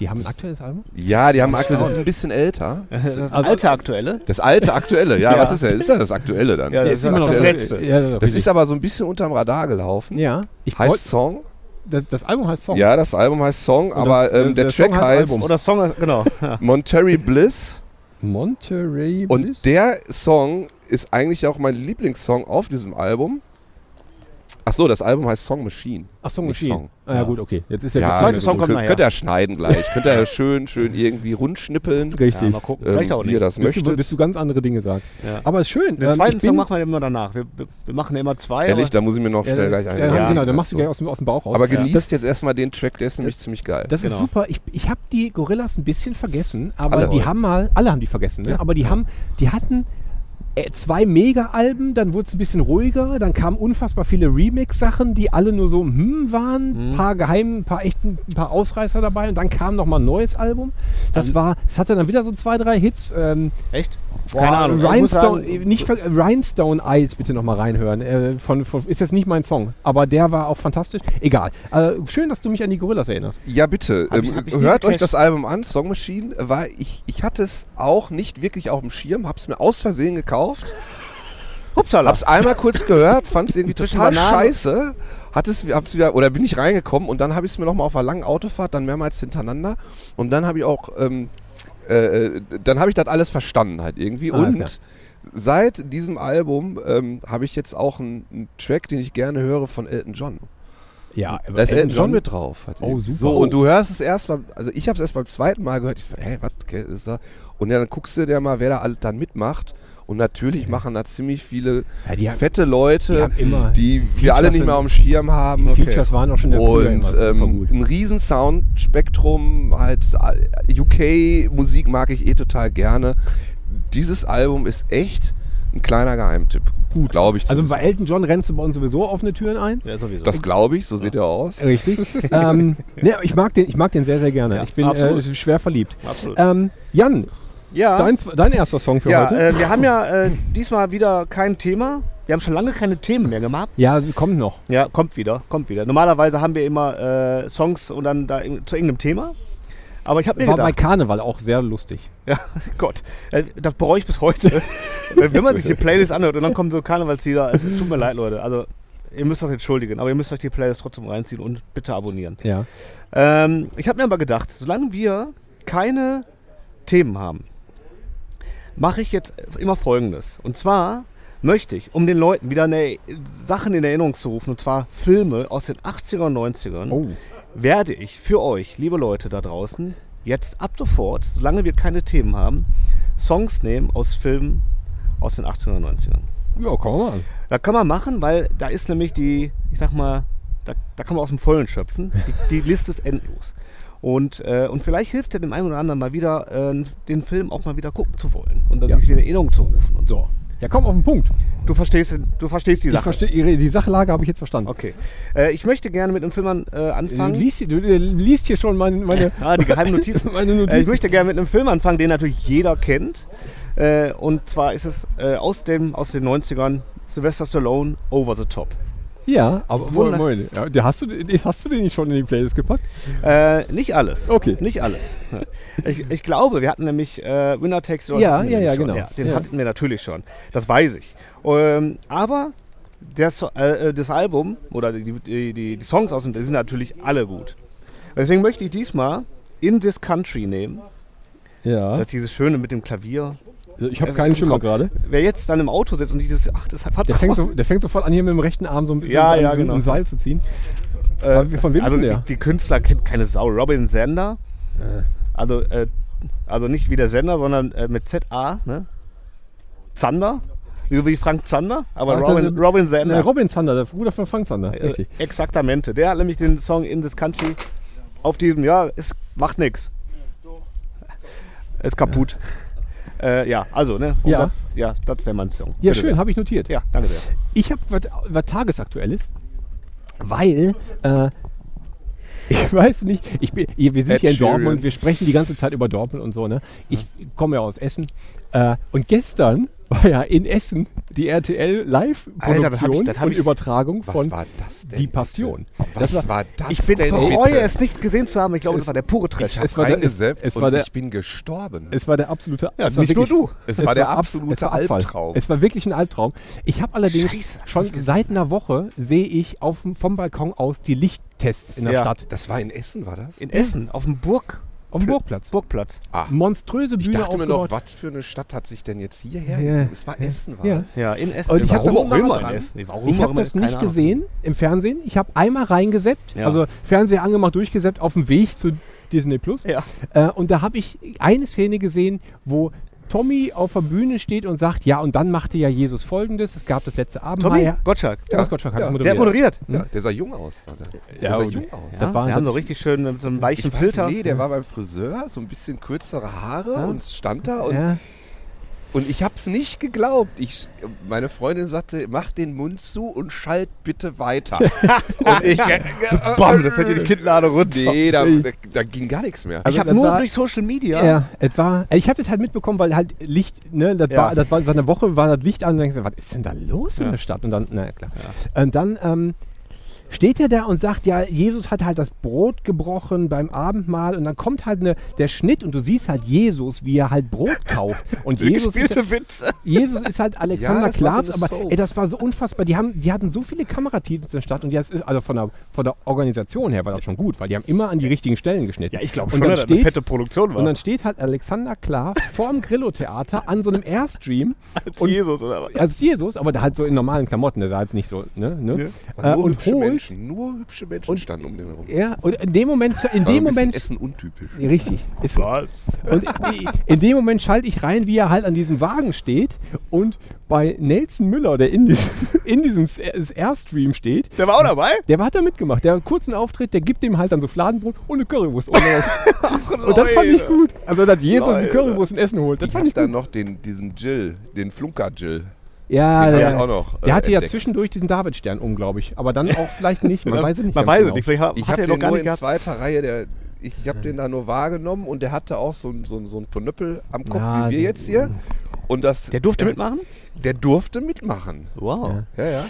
E: Die haben ein aktuelles Album?
G: Ja, die haben aktuell. Das ist ein bisschen älter.
F: Das ist das
E: Also-
F: alte aktuelle.
G: Das alte, aktuelle. Ja,
F: Ja.
G: was ist denn? Ist ja das aktuelle dann?
F: Ja, das ist immer noch das
E: sehr-
F: Letzte.
E: Ja, das
G: das
E: richtig.
G: ist aber so ein bisschen unterm Radar gelaufen.
E: Ja, ich
G: Heißt Song?
E: das, das Album heißt Song.
G: Ja, das Album heißt Song,
E: das-
G: aber ähm, der,
E: der Song
G: Track
E: heißt
G: heißt,
E: Album.
F: Oder Song, ist- genau. Ja.
G: Monterey Bliss.
E: Monterey
G: Und
E: Bliss?
G: der Song ist eigentlich auch mein Lieblingssong auf diesem Album. Ach so, das Album heißt Song Machine.
E: Ach, Song
G: nicht
E: Machine.
G: Song.
E: Ah, ja,
F: Ja.
E: gut, okay. Jetzt ist
G: Ja, also
E: der
F: zweite
E: Verzeihung
F: Song
E: genug.
F: kommt
G: könnt,
F: nachher.
G: könnt ihr schneiden gleich. könnt ihr schön, schön irgendwie rundschnippeln,
E: Richtig.
F: mal gucken.
G: ähm,
F: Vielleicht auch
G: wie ihr
F: nicht.
G: das
E: bis, du,
G: möchtet.
E: bis du ganz andere Dinge sagst.
F: Ja.
E: Aber ist schön.
F: Den
E: ähm,
F: zweiten
E: ich bin-
F: Song machen wir immer danach. Wir, wir, wir machen immer zwei.
G: Ehrlich, da muss ich mir noch
E: ja,
G: schnell gleich
E: ja,
G: ein.
E: ja,
F: Ja,
E: Genau, dann machst du
G: dazu.
E: gleich aus dem, aus dem Bauch raus.
G: Aber
E: ja.
G: genießt
E: Das,
G: jetzt erstmal den Track, der ist nämlich ziemlich geil.
E: das ist
F: Genau.
E: super. Ich, ich habe die Gorillas ein bisschen vergessen, aber
G: Alle
E: die
G: heute.
E: haben mal, alle haben die vergessen, ne? aber die haben, die hatten äh, zwei Mega-Alben, dann wurde es ein bisschen ruhiger, dann kamen unfassbar viele Remix-Sachen, die alle nur so hm
F: Mhm.
E: waren, ein paar geheim, ein paar echten, ein paar Ausreißer dabei und dann kam nochmal ein neues Album. Das war, es hatte dann wieder so zwei, drei Hits. Ähm,
F: Echt?
E: Boah,
F: Keine Ahnung. also Ich muss
E: Rhinestone, äh,
F: sagen,
E: nicht ver- äh, Rhinestone Eyes bitte nochmal reinhören. Äh, von, von, ist jetzt nicht mein Song, aber der war auch fantastisch. Egal. Äh, schön, dass du mich an die Gorillas erinnerst.
G: Ja, bitte.
F: Hab ich-
G: ähm,
F: hab ich nie
G: hört euch
F: gecached.
G: das Album an, Song Machine. War ich, ich hatte es auch nicht wirklich auf dem Schirm, hab's mir aus Versehen gekauft.
F: Upsala.
G: Hab's einmal kurz gehört, fand's irgendwie
F: Zwischen
G: total
F: Bananen-
G: scheiße. Hat es, hab's wieder, oder bin ich reingekommen und dann habe ich es mir nochmal auf einer langen Autofahrt, dann mehrmals hintereinander. Und dann habe ich auch, ähm, äh, äh, dann habe ich das alles verstanden halt irgendwie.
E: Ah,
G: und
E: klar.
G: seit diesem Album ähm, habe ich jetzt auch einen, einen Track, den ich gerne höre von Elton John.
E: Ja, aber
G: Da ist Elton
E: Elton
G: John, mit drauf. Hat
E: Oh,
G: die.
E: super.
G: So, und du hörst es erst beim, also ich habe es erst beim zweiten Mal gehört. Ich so, hey, was ke- ist da? Und ja, dann guckst du dir mal, wer da alles dann mitmacht. Und natürlich machen da ziemlich viele
E: Ja, die haben-
G: fette Leute,
E: die
G: die,
E: haben immer-
G: wir alle
E: Features
G: nicht mehr
E: sind-
G: auf dem Schirm haben.
E: Die Features waren auch schon der früher immer
G: Und
E: super
G: ähm,
E: gut.
G: ein riesen Soundspektrum, halt äh, UK-Musik mag ich eh total gerne. Dieses Album ist echt ein kleiner Geheimtipp. Gut, glaube ich.
E: Also bei
G: zumindest.
E: Elton John rennst du bei uns sowieso offene Türen ein.
F: Ja, sowieso.
G: das glaube ich, so sieht er aus.
E: Äh, Richtig. ähm, ne, ich, mag den, ich mag den sehr, sehr gerne. ich bin äh,
F: absolut.
E: schwer verliebt.
F: Absolut.
E: Ähm, Jan,
F: ja,
E: dein, zwe- dein erster Song für
F: ja
E: heute?
F: äh, wir haben ja äh, diesmal wieder kein Thema. Wir haben schon lange keine Themen mehr gemacht.
E: ja, sie kommt noch.
F: Ja, kommt wieder, kommt wieder. Normalerweise haben wir immer äh, Songs und dann da irg- zu irgendeinem Thema. Aber ich habe mir
E: War bei
F: gedacht,
E: Karneval auch sehr lustig.
F: ja, Gott, äh, das bereue ich bis heute. Äh, Wenn man sich die Playlist anhört und dann kommen so Karnevalslieder, es tut mir leid, Leute. Also ihr müsst das entschuldigen, aber ihr müsst euch die Playlist trotzdem reinziehen und bitte abonnieren.
E: Ja.
F: Ähm, ich habe mir aber gedacht, solange wir keine Themen haben, mache ich jetzt immer Folgendes. Und zwar möchte ich, um den Leuten wieder eine, Sachen in Erinnerung zu rufen, und zwar Filme aus den 80er und 90ern,
E: Oh.
F: werde ich für euch, liebe Leute da draußen, jetzt ab sofort, solange wir keine Themen haben, Songs nehmen aus Filmen aus den 80er und 90ern.
E: Ja, komm mal.
F: Da kann man machen, weil da ist nämlich die, ich sag mal, da, da kann man aus dem Vollen schöpfen. Die, die Liste ist endlos. Und, äh, und vielleicht hilft ja dem einen oder anderen mal wieder, äh, den Film auch mal wieder gucken zu wollen und dann
E: Ja.
F: sich wieder in Erinnerung zu rufen. Und so.
E: So. Ja, komm auf den Punkt.
F: Du verstehst, den- du verstehst die
E: Ich
F: Sache.
E: verstehe, ihre- die Sachlage habe ich jetzt verstanden.
F: okay. Äh, ich möchte gerne mit einem Film an, äh,
E: Du
F: anfangen.
E: liest, hier- du, du liest hier schon meine, meine,
F: Ah, die geheimen Notizen.
E: meine
F: Äh,
E: Notizen.
F: ich möchte gerne mit einem Film anfangen, den natürlich jeder kennt. Äh, und zwar ist es äh, aus, dem, aus den 90ern Sylvester Stallone Over the Top.
E: ja, aber Moment,
F: Wunder-
E: Moment. Ja, den hast, du, den hast du den nicht schon in die Playlist gepackt?
F: Äh, nicht alles.
E: Okay.
F: Nicht alles. Ich, ich glaube, wir hatten nämlich äh, Winner Takes All.
E: Ja,
F: hatten
E: ja,
F: wir nämlich
E: ja,
F: schon.
E: genau.
F: den
E: Ja.
F: hatten wir natürlich schon. Das weiß ich. Ähm, aber das, äh, das Album oder die, die, die, die Songs aus dem, die sind natürlich alle gut. Deswegen möchte ich diesmal In This Country nehmen.
E: Ja.
F: Das ist dieses Schöne mit dem Klavier.
E: ich habe
F: das
E: keinen
F: ist ein
E: Schimmer
F: Kopf.
E: gerade.
F: Wer jetzt dann im Auto sitzt und dieses, ach, das hat
E: Der fängt, so, der fängt sofort an, hier mit dem rechten Arm so ein bisschen
F: Ja,
E: an
F: ja,
E: diesem-
F: genau.
E: am Seil zu ziehen.
F: Äh,
E: Aber von wem ist
F: also
E: denn
F: die,
E: der?
F: die Künstler kennt keine Sau. Robin Sender. Also, äh, also nicht wie der Sender, sondern äh, mit ZA, ne? Zander. Wie wie Frank Zander, aber
E: Ach, das
F: Robin,
E: ist-
F: Robin
E: Äh,
F: Sender.
E: Robin Zander, der Bruder von Frank Zander. Richtig.
F: Äh, exaktamente. Der hat nämlich den Song In This Country auf diesem, ja, es macht nix. Ist kaputt. Ja, äh, ja also, ne?
E: Ja.
F: Das, ja, das wäre mein Song.
E: Ja,
F: Bitte
E: schön,
F: sehr.
E: habe ich notiert.
F: Ja, danke sehr.
E: Ich habe was Tagesaktuelles, weil äh, ich weiß nicht, ich bin, hier- wir sind
G: Ed
E: hier in
G: Sheeran.
E: Dortmund, wir sprechen die ganze Zeit über Dortmund und so. Ne? Ich komme ja aus Essen äh, und gestern war ja in Essen die RTL
F: Alter, das hab ich-
E: Live-Produktion
F: das hab
E: und
F: ich-
E: Übertragung
G: Was
E: von
G: war das denn?
E: Die
G: bitte?
E: Passion.
G: Was
E: Das war-
G: war das
F: Ich bin
G: denn?
F: bereue
G: bitte?
F: es nicht gesehen zu haben. Ich glaube, das war der pure Trash.
G: Ich
E: Es
G: es
E: war
G: war
E: der-
G: reingeseppt
E: es
G: und
E: war der-
G: ich bin gestorben.
E: Es war der absolute
F: Ja,
E: es war
F: nicht nur
E: wirklich-
F: du.
G: Es war der
E: ab-
G: absolute
E: es war Abfall.
G: Albtraum.
E: Es war wirklich ein Albtraum. Ich habe allerdings
F: Scheiße, hab ich
E: schon
F: vergessen.
E: seit einer Woche sehe ich auf, dem- vom Balkon aus die Lichttests in der
F: Ja.
E: Stadt.
G: Das war in Essen, war das?
F: In Essen, auf dem Burg.
E: Auf dem Burgplatz.
F: Burgplatz.
G: ah,
E: Monströse
G: ich
E: Bühne
G: dachte mir noch,
E: aufgebaut.
G: was für eine Stadt hat sich denn jetzt hierher?
E: Ja.
G: gegeben? Es war Essen, war
E: Ja.
G: es?
F: Ja, in Essen.
E: Und Also ich hab
F: warum
G: das-
F: auch immer in
G: dran.
F: Essen. Warum
E: ich
F: auch
E: habe
F: immer
E: das
F: in Essen,
E: nicht
F: keine Ahnung.
E: gesehen im Fernsehen. Ich habe einmal reingeseppt,
F: Ja.
E: also Fernseher angemacht, durchgeseppt auf dem Weg zu Disney Plus.
F: Ja.
E: Äh, und da habe ich eine Szene gesehen, wo Tommy auf der Bühne steht und sagt, ja, und dann machte ja Jesus folgendes, es gab das letzte Abendmahl.
F: Tommy
E: Ja.
F: Gottschalk.
E: Thomas Gottschalk hat
G: Ja.
E: das
F: Der
E: moderiert.
F: hat moderiert.
G: Ja, der sah jung aus. Sah der. der
E: Hm. Ja,
G: sah
E: und-
G: jung aus.
E: Das war
F: Wir haben so
E: das-
F: richtig schön mit so einem
G: Ich
F: weichen
G: weiß,
F: Filter. Mhm.
G: Nee, der war beim Friseur, so ein bisschen kürzere Haare und stand da und,
E: ja.
G: und ich hab's nicht geglaubt. Ich, meine Freundin sagte, mach den Mund zu und schalt bitte weiter. und ich,
F: Bam, da fällt dir die Kinnlade runter.
G: nee, da, da, da ging gar nichts mehr.
E: Also
F: ich habe
E: das
F: nur
E: war-
F: durch Social Media.
E: Ja. es war, ich habe das halt mitbekommen, weil halt Licht, ne, das
F: Ja.
E: war, das war, seit einer Woche war das Licht an und denkst du, was ist denn da los in der Stadt? Und dann, na klar. Und dann ähm, steht er da und sagt, ja, Jesus hat halt das Brot gebrochen beim Abendmahl und dann kommt halt ne, der Schnitt und du siehst halt Jesus, wie er halt Brot kauft. Und Jesus ist,
F: Gespielte Witze.
E: Jesus ist halt Alexander
G: Ja, das war so
E: Klaas,
G: eine
E: aber
G: Soap.
E: ey, das war so unfassbar. Die, haben, die hatten so viele Kamerateams in der Stadt und jetzt ist, also von der, von der Organisation her war das schon gut, weil die haben immer an die richtigen Stellen geschnitten. und dann steht,
F: Produktion
E: Und dann steht halt Alexander Klaas vorm Grillo-Theater an so einem Airstream. Also
F: Jesus oder was?
E: Als Jesus, aber der halt so in normalen Klamotten, der sah jetzt nicht so, ne? ne?
G: Waren
E: Äh,
G: nur
E: und
G: hübsche
E: holt
G: Menschen, nur hübsche Menschen
E: Und-
G: standen um den herum.
E: Ja, und in dem Moment, in
G: War ein
E: dem
G: bisschen
E: Moment,
G: Essen untypisch.
E: richtig. Es,
B: Was?
E: Und in dem Moment schalte ich rein, wie er halt an diesem Wagen steht. Und bei Nelson Müller, der in diesem, in diesem S- Airstream steht,
F: Der war auch dabei?
E: der hat da mitgemacht. Der hat einen kurzen Auftritt, der gibt ihm halt dann so Fladenbrot und eine Currywurst. Und, und das fand ich gut. Also, dass Jesus eine
F: Leute.
E: Currywurst und Essen holt, das
G: Ich
E: fand
G: habe
E: ich
G: dann
E: gut.
G: noch den, diesen Jill, den Flunker-Jill.
E: Ja,
G: den hab
E: der,
G: ich auch noch,
E: der
G: äh,
E: hatte ja
G: entdeckt.
E: zwischendurch diesen Davidstern um, glaube ich. Aber dann auch vielleicht nicht. Man weiß es nicht.
F: Man
E: ganz
F: weiß
E: genau.
F: es nicht. Vielleicht hat,
G: Ich
F: hat
G: habe
F: er
G: den
F: noch gar
G: nur
F: nicht
G: in
F: gehabt.
G: zweiter Reihe, der, ich habe den da nur wahrgenommen und der hatte auch so, ein- so, ein- so ein Ponöppel am Kopf,
E: Ja,
G: wie wir
E: die-
G: jetzt hier. Und das,
F: Der durfte mitmachen?
G: Der durfte mitmachen.
F: Wow.
G: Ja, ja.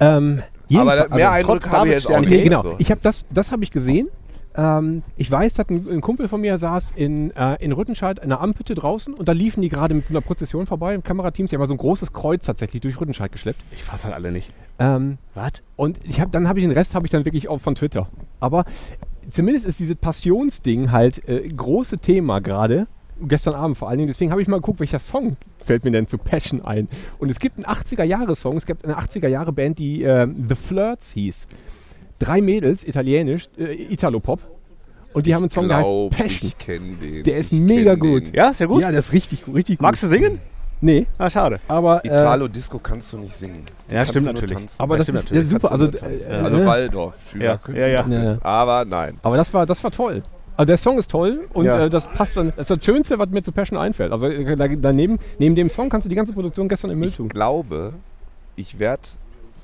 E: Ähm,
G: Aber
E: jedenfalls-
G: da- mehr
E: also-
G: Eindruck
F: trotz
G: habe ich jetzt auch
F: Davidstern-
G: nicht.
E: Nee, genau.
G: Also.
E: Ich habe das, das habe ich gesehen. Ähm, ich weiß, dass ein, ein Kumpel von mir saß in, äh, in Rüttenscheid an der Ampütte draußen und da liefen die gerade mit so einer Prozession vorbei im Kamerateams. Die haben mal so ein großes Kreuz tatsächlich durch Rüttenscheid geschleppt.
F: Ich fasse halt alle nicht.
E: Ähm,
F: Was?
E: und ich hab, dann habe ich den Rest habe ich dann wirklich auch von Twitter. Aber zumindest ist dieses Passionsding halt äh, große Thema gerade. Gestern Abend vor allen Dingen. Deswegen habe ich mal geguckt, welcher Song fällt mir denn zu Passion ein. Und es gibt einen 80er-Jahre-Song. Es gibt eine 80er-Jahre-Band, die äh, The Flirts hieß. Drei Mädels, italienisch, äh, Italo-Pop. Und die haben einen Song geheißen
G: Glaub,
E: Passion.
G: ich kenne den.
E: Der ist
G: ich
E: mega
G: kenn
E: gut.
G: Den.
F: Ja, ist ja gut.
E: Ja, das ist richtig, gut, richtig gut.
F: Magst du singen?
E: Nee,
F: Ah, schade.
E: aber... äh,
G: Italo-Disco kannst du nicht singen.
F: Ja,
G: Kannst
F: stimmt
G: du nur
F: natürlich.
G: tanzen.
E: aber das, ist
F: stimmt
E: ja,
F: natürlich.
E: super.
G: Kannst
E: Also,
G: du nur tanzen.
E: äh,
G: also
E: ne?
G: Waldorf-Schüler
F: Ja,
G: können
F: ja, ja.
G: das jetzt. Aber nein.
E: Aber das war, das war toll. Also der Song ist toll und
F: Ja.
E: äh, das passt dann. Das ist das Schönste, was mir zu Passion einfällt. Also äh, da- daneben, neben dem Song kannst du die ganze Produktion gestern im Müll
G: Ich
E: tun.
G: glaube, ich werde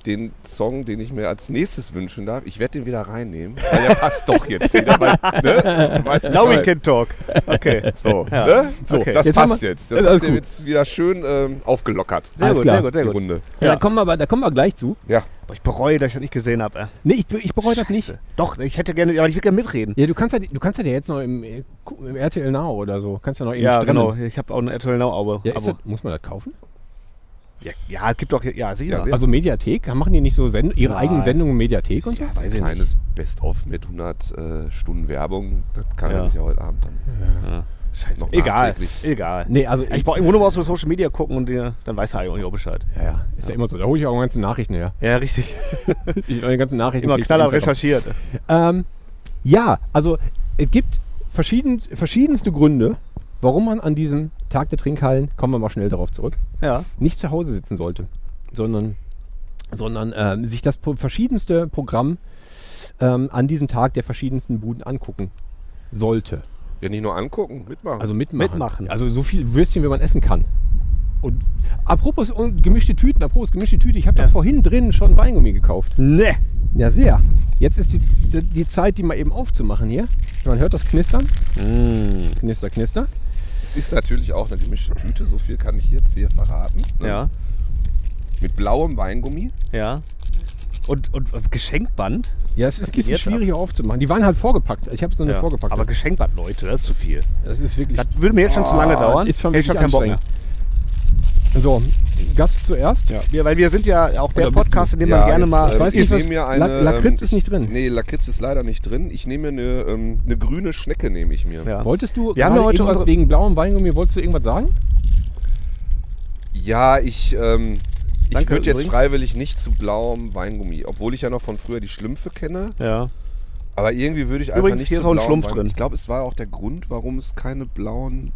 G: den Song, den ich mir als nächstes wünschen darf, ich werde den wieder reinnehmen, weil der passt doch jetzt wieder. Weil, ne? Du weißt
F: Now we
G: Bescheid.
F: can talk. Okay.
G: So,
F: Ja.
G: ne? so
F: Okay.
G: das
E: Jetzt haben
G: passt
E: wir-
G: jetzt.
E: Ist
G: Das
E: alles
G: habt ihr
E: gut.
G: jetzt wieder schön ähm, aufgelockert.
E: Alles klar.
F: sehr gut, sehr
G: Die
F: gut.
G: Runde.
E: Ja. Da, kommen wir, aber- da kommen wir gleich zu.
G: Ja.
F: Boah, ich bereue, dass ich das nicht gesehen habe.
E: Nee, ich, ich bereue das nicht.
F: Doch, ich hätte gerne, aber ich will gerne mitreden.
E: Ja, du kannst ja, du kannst ja jetzt noch im, äh, gucken, im RTL Now oder so. Kannst ja noch eben
F: Ja,
E: streamen.
F: genau. Ich habe auch ein RTL Now Abo.
E: Ja, ist
F: Abo.
E: das, muss man das kaufen?
F: Ja, ja, es gibt doch, ja, sicher.
G: Ja, sehr-
E: Also Mediathek? Machen die nicht so Send ihre
F: Nein.
E: eigenen Sendungen in Mediathek und so?
G: Ja, so ein
F: Weiß ich
G: kleines Best-of mit 100 äh, Stunden Werbung, das kann er
F: Ja.
G: sich ja heute Abend dann
F: Scheiße.
G: noch
F: egal,
G: nachträglich.
F: egal.
E: Nee, also
F: Ich brauche irgendwo nur mal so Social Media gucken und dir- dann weißt du eigentlich auch Bescheid.
E: ja, ja, ist ja immer so. Da hole ich auch ganze Nachrichten her.
F: Ja, richtig.
E: Ich, die ganzen Nachrichten
F: Immer
E: krieg ich
F: knaller
E: von Instagram.
F: recherchiert.
E: Ähm, ja, also es gibt verschieden, verschiedenste Gründe, warum man an diesem Tag der Trinkhallen, kommen wir mal schnell darauf zurück,
F: Ja.
E: nicht zu Hause sitzen sollte, sondern, sondern ähm, sich das pro- verschiedenste Programm ähm, an diesem Tag der verschiedensten Buden angucken sollte.
G: Ja, nicht nur angucken, mitmachen.
E: Also mitmachen.
F: Mitmachen.
E: Also so viel Würstchen, wie man essen kann. Und apropos und gemischte Tüten, apropos gemischte Tüte, ich habe da vorhin drin schon Weingummi gekauft.
F: Ne.
E: Ja, sehr. Jetzt ist die, die, die Zeit, die mal eben aufzumachen hier. Man hört das Knistern.
F: Mm.
E: Knister, knister.
G: es ist natürlich auch eine gemischte Tüte, so viel kann ich jetzt hier verraten. ne?
F: Ja.
G: Mit blauem Weingummi.
F: Ja. Und, und, und Geschenkband?
E: Ja, es ist ein bisschen
F: jetzt ab?
E: schwierig hier aufzumachen. Die waren halt vorgepackt. Ich habe so eine
F: Ja.
E: vorgepackt.
F: Aber Geschenkband, Leute, das ist zu viel.
E: das ist wirklich.
F: Das würde mir jetzt schon zu lange dauern.
E: Ist schon
F: Hätte ich schon
E: wirklich
F: keinen Bock mehr.
E: So, Gast zuerst.
F: Ja. Wir, weil wir sind ja auch der
E: Oder bist
F: Podcast, in dem
G: Ja,
F: man gerne
G: jetzt,
F: mal.
G: ähm,
E: äh, weiß nicht,
G: ich
E: was-
G: nehme mir
E: La-
G: eine,
E: Lakritz
G: ähm,
E: ist nicht
F: Hm.
E: drin.
G: Nee, Lakritz ist leider nicht drin. Ich nehme mir eine, ähm, eine grüne Schnecke, nehme ich mir.
F: Ja.
E: Wolltest du
F: Wir haben ja
E: gerade
F: heute
E: irgendwas
F: unsere-
E: wegen blauem Weingummi, wolltest du irgendwas sagen?
G: Ja, ich, ähm, ich
F: Danke
G: würde jetzt
F: übrigens.
G: freiwillig nicht zu blauem Weingummi, obwohl ich ja noch von früher die Schlümpfe kenne.
F: ja.
G: Aber irgendwie würde ich einfach
F: Übrigens,
G: nicht
F: hier
G: zu
F: ist auch ein
G: blauen
F: Schlumpf
G: Wein-
F: drin.
G: Ich glaube, es war auch der Grund, warum es keine blauen.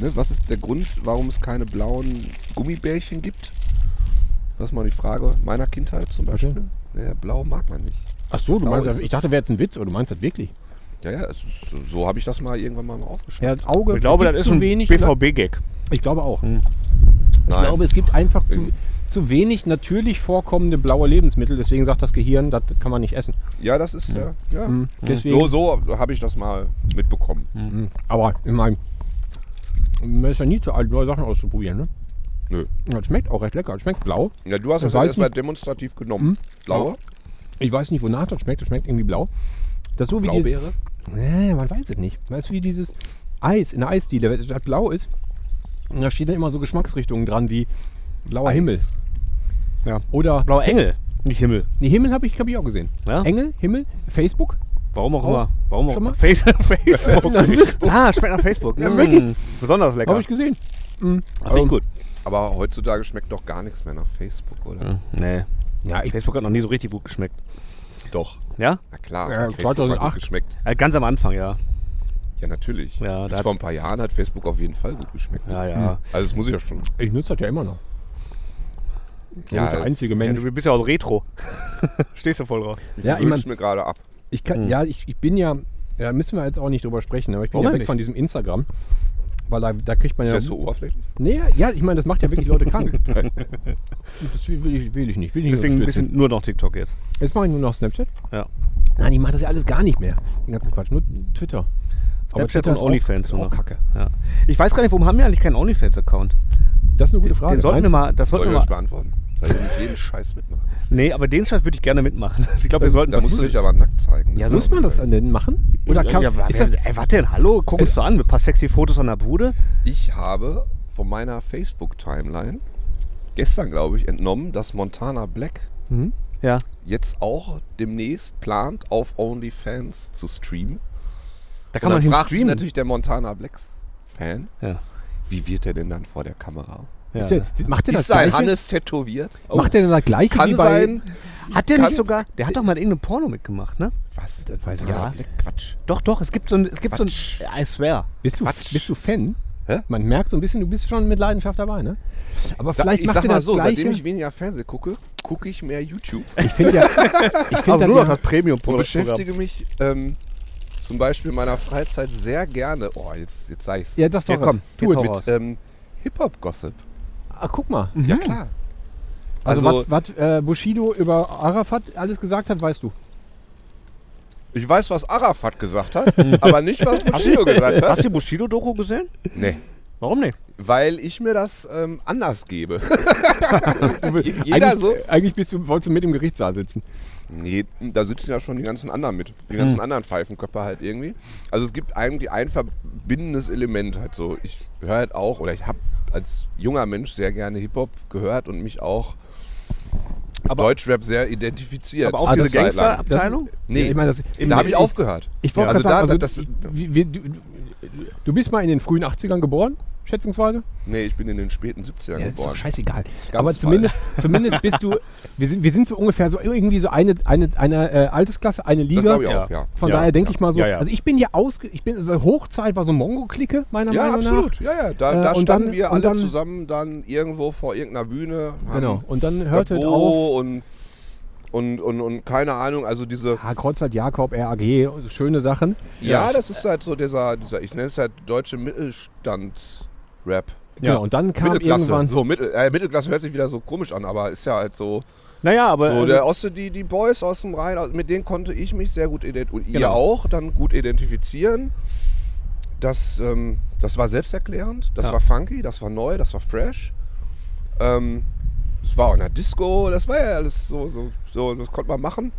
G: Ne, was ist der Grund, warum es keine blauen Gummibärchen gibt? Das ist mal die Frage meiner Kindheit zum
E: Okay.
G: Beispiel. Naja, blau mag man nicht.
E: Ach so, du
G: Blau
E: meinst,
G: ist
E: ich
G: es.
E: dachte, wäre jetzt ein Witz, aber du meinst das wirklich.
G: Ja, ja, es ist, so- so habe ich das mal irgendwann mal aufgeschrieben.
E: Ja, das Auge.
F: Ich glaube,
E: es gibt
F: das ist
E: zu
F: ein
E: wenig.
F: BVB-Gag.
E: Ich glaube auch.
G: Nein.
E: Ich glaube, es gibt einfach zu,
G: Irgendwie.
E: zu wenig natürlich vorkommende blaue Lebensmittel. Deswegen sagt das Gehirn, das kann man nicht essen.
G: ja, das ist ja. ja.
F: Mhm.
E: Deswegen,
G: So, so habe ich das mal mitbekommen.
E: Aber ich meine, man ist ja nie zu alt, neue Sachen auszuprobieren. Ne?
G: Nö.
E: Das schmeckt auch recht lecker. Das schmeckt blau.
G: Ja, du hast das ja
E: weiß
G: erstmal demonstrativ
F: Hm?
G: genommen. Blaue?
E: Ich weiß nicht, wonach das schmeckt. Das schmeckt irgendwie blau. Das ist so wie dieses,
G: Blaubeere?
E: nee, man weiß es nicht. Das ist wie dieses Eis in der Eisdiele. Wenn das blau ist, und da stehen dann immer so Geschmacksrichtungen dran wie blauer Himmel. Ja. Oder
F: Blauer Engel. Nicht Himmel.
E: nee, Himmel habe ich, hab ich auch gesehen.
F: Ja?
E: Engel, Himmel, Facebook.
F: Warum auch
E: Auch?
F: immer. Warum auch
E: Oh, Schon
F: immer.
E: mal?
F: Face Facebook. ah, schmeckt nach Facebook.
E: Ja,
F: Mm,
E: wirklich.
F: Besonders lecker. Ah,
E: Habe ich gesehen.
F: Finde ich
E: Ähm,
F: gut.
G: Aber heutzutage schmeckt doch gar nichts mehr nach Facebook, oder?
F: Hm, Nee.
E: Ja, ich,
F: Facebook hat noch nie so richtig gut geschmeckt.
G: Doch.
F: Ja?
G: Na klar,
E: Ja,
G: hat Facebook mal gut
E: 2008.
G: geschmeckt.
F: Äh, Ganz am Anfang, ja.
G: Ja, natürlich.
F: Ja, da
G: Bis
F: hat-
G: vor ein paar Jahren hat Facebook auf jeden Fall gut geschmeckt.
F: Ja,
E: Hm.
F: ja.
G: Also das muss ich ja schon.
E: Ich nutze das ja immer noch. Ja,
G: Ja,
E: der einzige
F: ja
E: Mensch.
F: du bist ja auch Retro. Stehst du voll drauf.
E: Ja,
G: ich
E: ich mein,
G: wünsch mir gerade ab.
E: ich kann, ja, ich, ich bin ja, ja, müssen wir jetzt auch nicht drüber sprechen, aber ich bin
F: Warum
E: ja weg
F: nicht?
E: von diesem Instagram. Weil da, da kriegt man
G: Ist
E: ja.
G: das so oberflächlich?
E: Nee, ja, ich meine, das macht ja wirklich Leute krank. das will ich, will ich nicht. Will ich nicht
F: Deswegen ein
E: unterstützen.
F: bisschen nur noch TikTok jetzt.
E: Jetzt mache ich nur noch Snapchat.
F: Ja.
E: Nein, ich mache das ja alles gar nicht mehr. Den ganzen Quatsch. Nur Twitter. Aber
F: Snapchat
E: Twitter
F: und
E: ist auch-
F: OnlyFans
E: ist
F: nur
E: Auch
F: noch.
E: Kacke.
F: Ja. Ich weiß gar nicht, warum haben wir eigentlich keinen OnlyFans-Account?
E: Das ist eine gute Frage.
F: Den sollten wir
E: Meinst
F: mal, das
G: Soll
F: sollten
G: ich
F: wir
G: euch
F: mal.
G: beantworten? Weil ich nicht jeden Scheiß mitmachen.
F: Nee, aber den Scheiß würde ich gerne mitmachen. Ich glaube, wir sollten
G: Da
F: das
G: musst du dich aber nackt zeigen.
F: Ja,
E: du- Muss man das denn machen? Oder kann,
F: ja,
E: ist das, Äh,
F: ey, warte denn, hallo, guck uns doch an, mit paar sexy Fotos an der Bude.
G: Ich habe von meiner Facebook-Timeline gestern, glaube ich, entnommen, dass Montana Black
F: Ja.
G: jetzt auch demnächst plant, auf OnlyFans zu streamen.
F: Da
G: Und
F: kann man
G: dann
F: hin
G: fragst du
F: streamen.
G: natürlich der Montana Blacks-Fan,
F: Ja.
G: wie wird er denn dann vor der Kamera?
F: Ja.
E: ist der, macht der das
G: Ist sein
E: gleiche?
G: Hannes tätowiert?
E: Macht der denn das gleiche
G: Kann
E: wie bei,
G: sein.
F: Hat der
G: Kann-
F: nicht sogar, der hat doch mal in irgendeinem Porno mitgemacht, ne?
G: Was?
E: Das weiß ich
G: Ja,
E: nicht.
G: Äh, Black, Quatsch.
F: Doch, doch, es gibt so ein, es gibt so ein,
G: Quatsch.
F: I swear.
E: Bist du,
G: Quatsch.
E: bist du Fan?
G: Hä?
E: Man merkt so ein bisschen, du bist schon mit Leidenschaft dabei, ne? Aber
G: Sa-
E: vielleicht
G: ich
E: macht
G: sag
E: er
G: mal
E: das
G: so,
E: gleiche.
G: seitdem ich weniger Fernsehen gucke, gucke ich mehr YouTube
E: ich finde ja, ich
F: Also
E: finde
F: nur noch
E: ja,
F: das premium
G: und beschäftige mich ähm, zum Beispiel in meiner Freizeit sehr gerne, oh, jetzt, jetzt sag ich's,
E: ja, das doch.
F: Ja, komm,
E: tu
F: jetzt
E: it
F: hau
E: mit.
F: raus.
G: mit ähm, Hip-Hop-Gossip.
E: Ah, guck mal.
G: Ja, klar.
E: Also,
G: Also,
E: was, was äh, Bushido über Arafat alles gesagt hat, weißt du.
G: ich weiß, was Arafat gesagt hat, aber nicht, was Bushido gesagt
F: Hast
G: hat.
F: du die Bushido-Doku gesehen?
G: Nee,
F: Warum nicht?
G: weil ich mir das ähm, anders gebe. Jeder
E: eigentlich,
G: so.
E: Eigentlich bist du, wolltest du mit im Gerichtssaal sitzen.
G: Nee, da sitzen ja schon die ganzen anderen mit. Die ganzen anderen Pfeifenköpfe halt irgendwie. Also es gibt irgendwie ein verbindendes Element halt so. Ich höre halt auch, oder ich habe als junger Mensch sehr gerne Hip-Hop gehört und mich auch mit
F: Aber-
G: Deutschrap sehr identifiert.
F: Aber auch
E: Ah,
F: diese
E: das sei
G: Zeit lang.
E: Gangster-
F: Gangsterabteilung?
G: Nee,
E: Ja, ich meine, das-
G: da habe ich aufgehört.
E: Ich wollte
G: also
E: gerade sagen,
G: da,
E: also,
G: das,
E: ich- wie- wir- du, du bist mal in den frühen 80ern geboren, schätzungsweise.
G: nee, ich bin in den späten 70ern
E: Ja, ist doch
G: geboren.
E: scheißegal.
G: Ganz
E: Aber
G: voll.
E: zumindest, zumindest bist du, wir sind, wir sind so ungefähr so irgendwie so eine, eine, eine äh, Altersklasse, eine
G: Das
E: Liga.
G: glaube ich auch, ja.
E: Von
F: Ja,
E: daher denke ich mal so,
F: Ja, ja.
E: also ich bin ja ausge, ich bin, Hochzeit war so Mongo-Clique, meiner
G: Ja,
E: Meinung
G: absolut. Ja, ja. Da,
E: Äh,
G: da
E: und
G: standen
E: dann-
G: wir
E: und
G: alle
E: dann-
G: zusammen dann irgendwo vor irgendeiner Bühne.
E: nach.
G: haben
E: Genau. Und dann hörte es auf.
G: Gabo und, und, und, und keine Ahnung, also diese.
E: Ja, Kreuzfahrt Jakob, RAG, so schöne Sachen.
G: Ja, das ist halt so dieser, dieser ich nenne es halt deutsche Mittelstand-Rap.
E: Ja. Genau, und dann kam
G: Mittelklasse.
E: irgendwann.
G: So, Mittel, äh, Mittelklasse hört sich wieder so komisch an, aber ist ja halt so.
F: Naja, aber
G: So,
F: also,
G: der Oste, die, die Boys aus dem Rhein, aus- mit denen konnte ich mich sehr gut identifizieren. Und ihr
F: Genau.
G: auch, dann gut identifizieren. Das, ähm, das war selbsterklärend, das
F: Ja.
G: war funky, das war neu, das war fresh. Ähm, das war auch in der Disco, das war ja alles so, so, so das konnte man machen.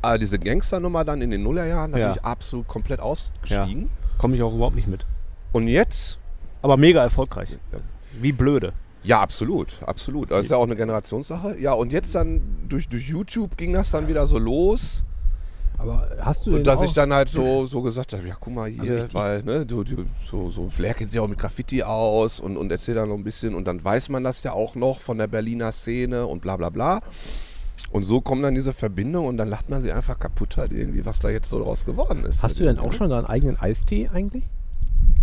G: Aber diese Gangsternummer dann in den Nullerjahren, da
F: Ja.
G: bin ich absolut komplett ausgestiegen.
F: komme ich auch überhaupt nicht mit.
G: Und jetzt?
F: Aber mega erfolgreich.
G: Ja.
F: Wie blöde.
G: Ja, absolut, absolut. Das ist ja auch eine Generationssache. Ja, und jetzt dann durch, durch YouTube ging das dann wieder so los.
E: Aber hast du
G: Und
E: denn
G: dass
E: auch,
G: ich dann halt so, so gesagt habe, ja guck mal hier,
E: Also ich-
G: weil ne, du, du, so, so ein Flair kennt sich auch mit Graffiti aus und, und erzähl dann noch ein bisschen und dann weiß man das ja auch noch von der Berliner Szene und bla bla bla. Und so kommen dann diese Verbindungen und dann lacht man sie einfach kaputt halt irgendwie, was da jetzt so draus geworden ist.
E: hast du denn auch schon deinen eigenen Eistee eigentlich?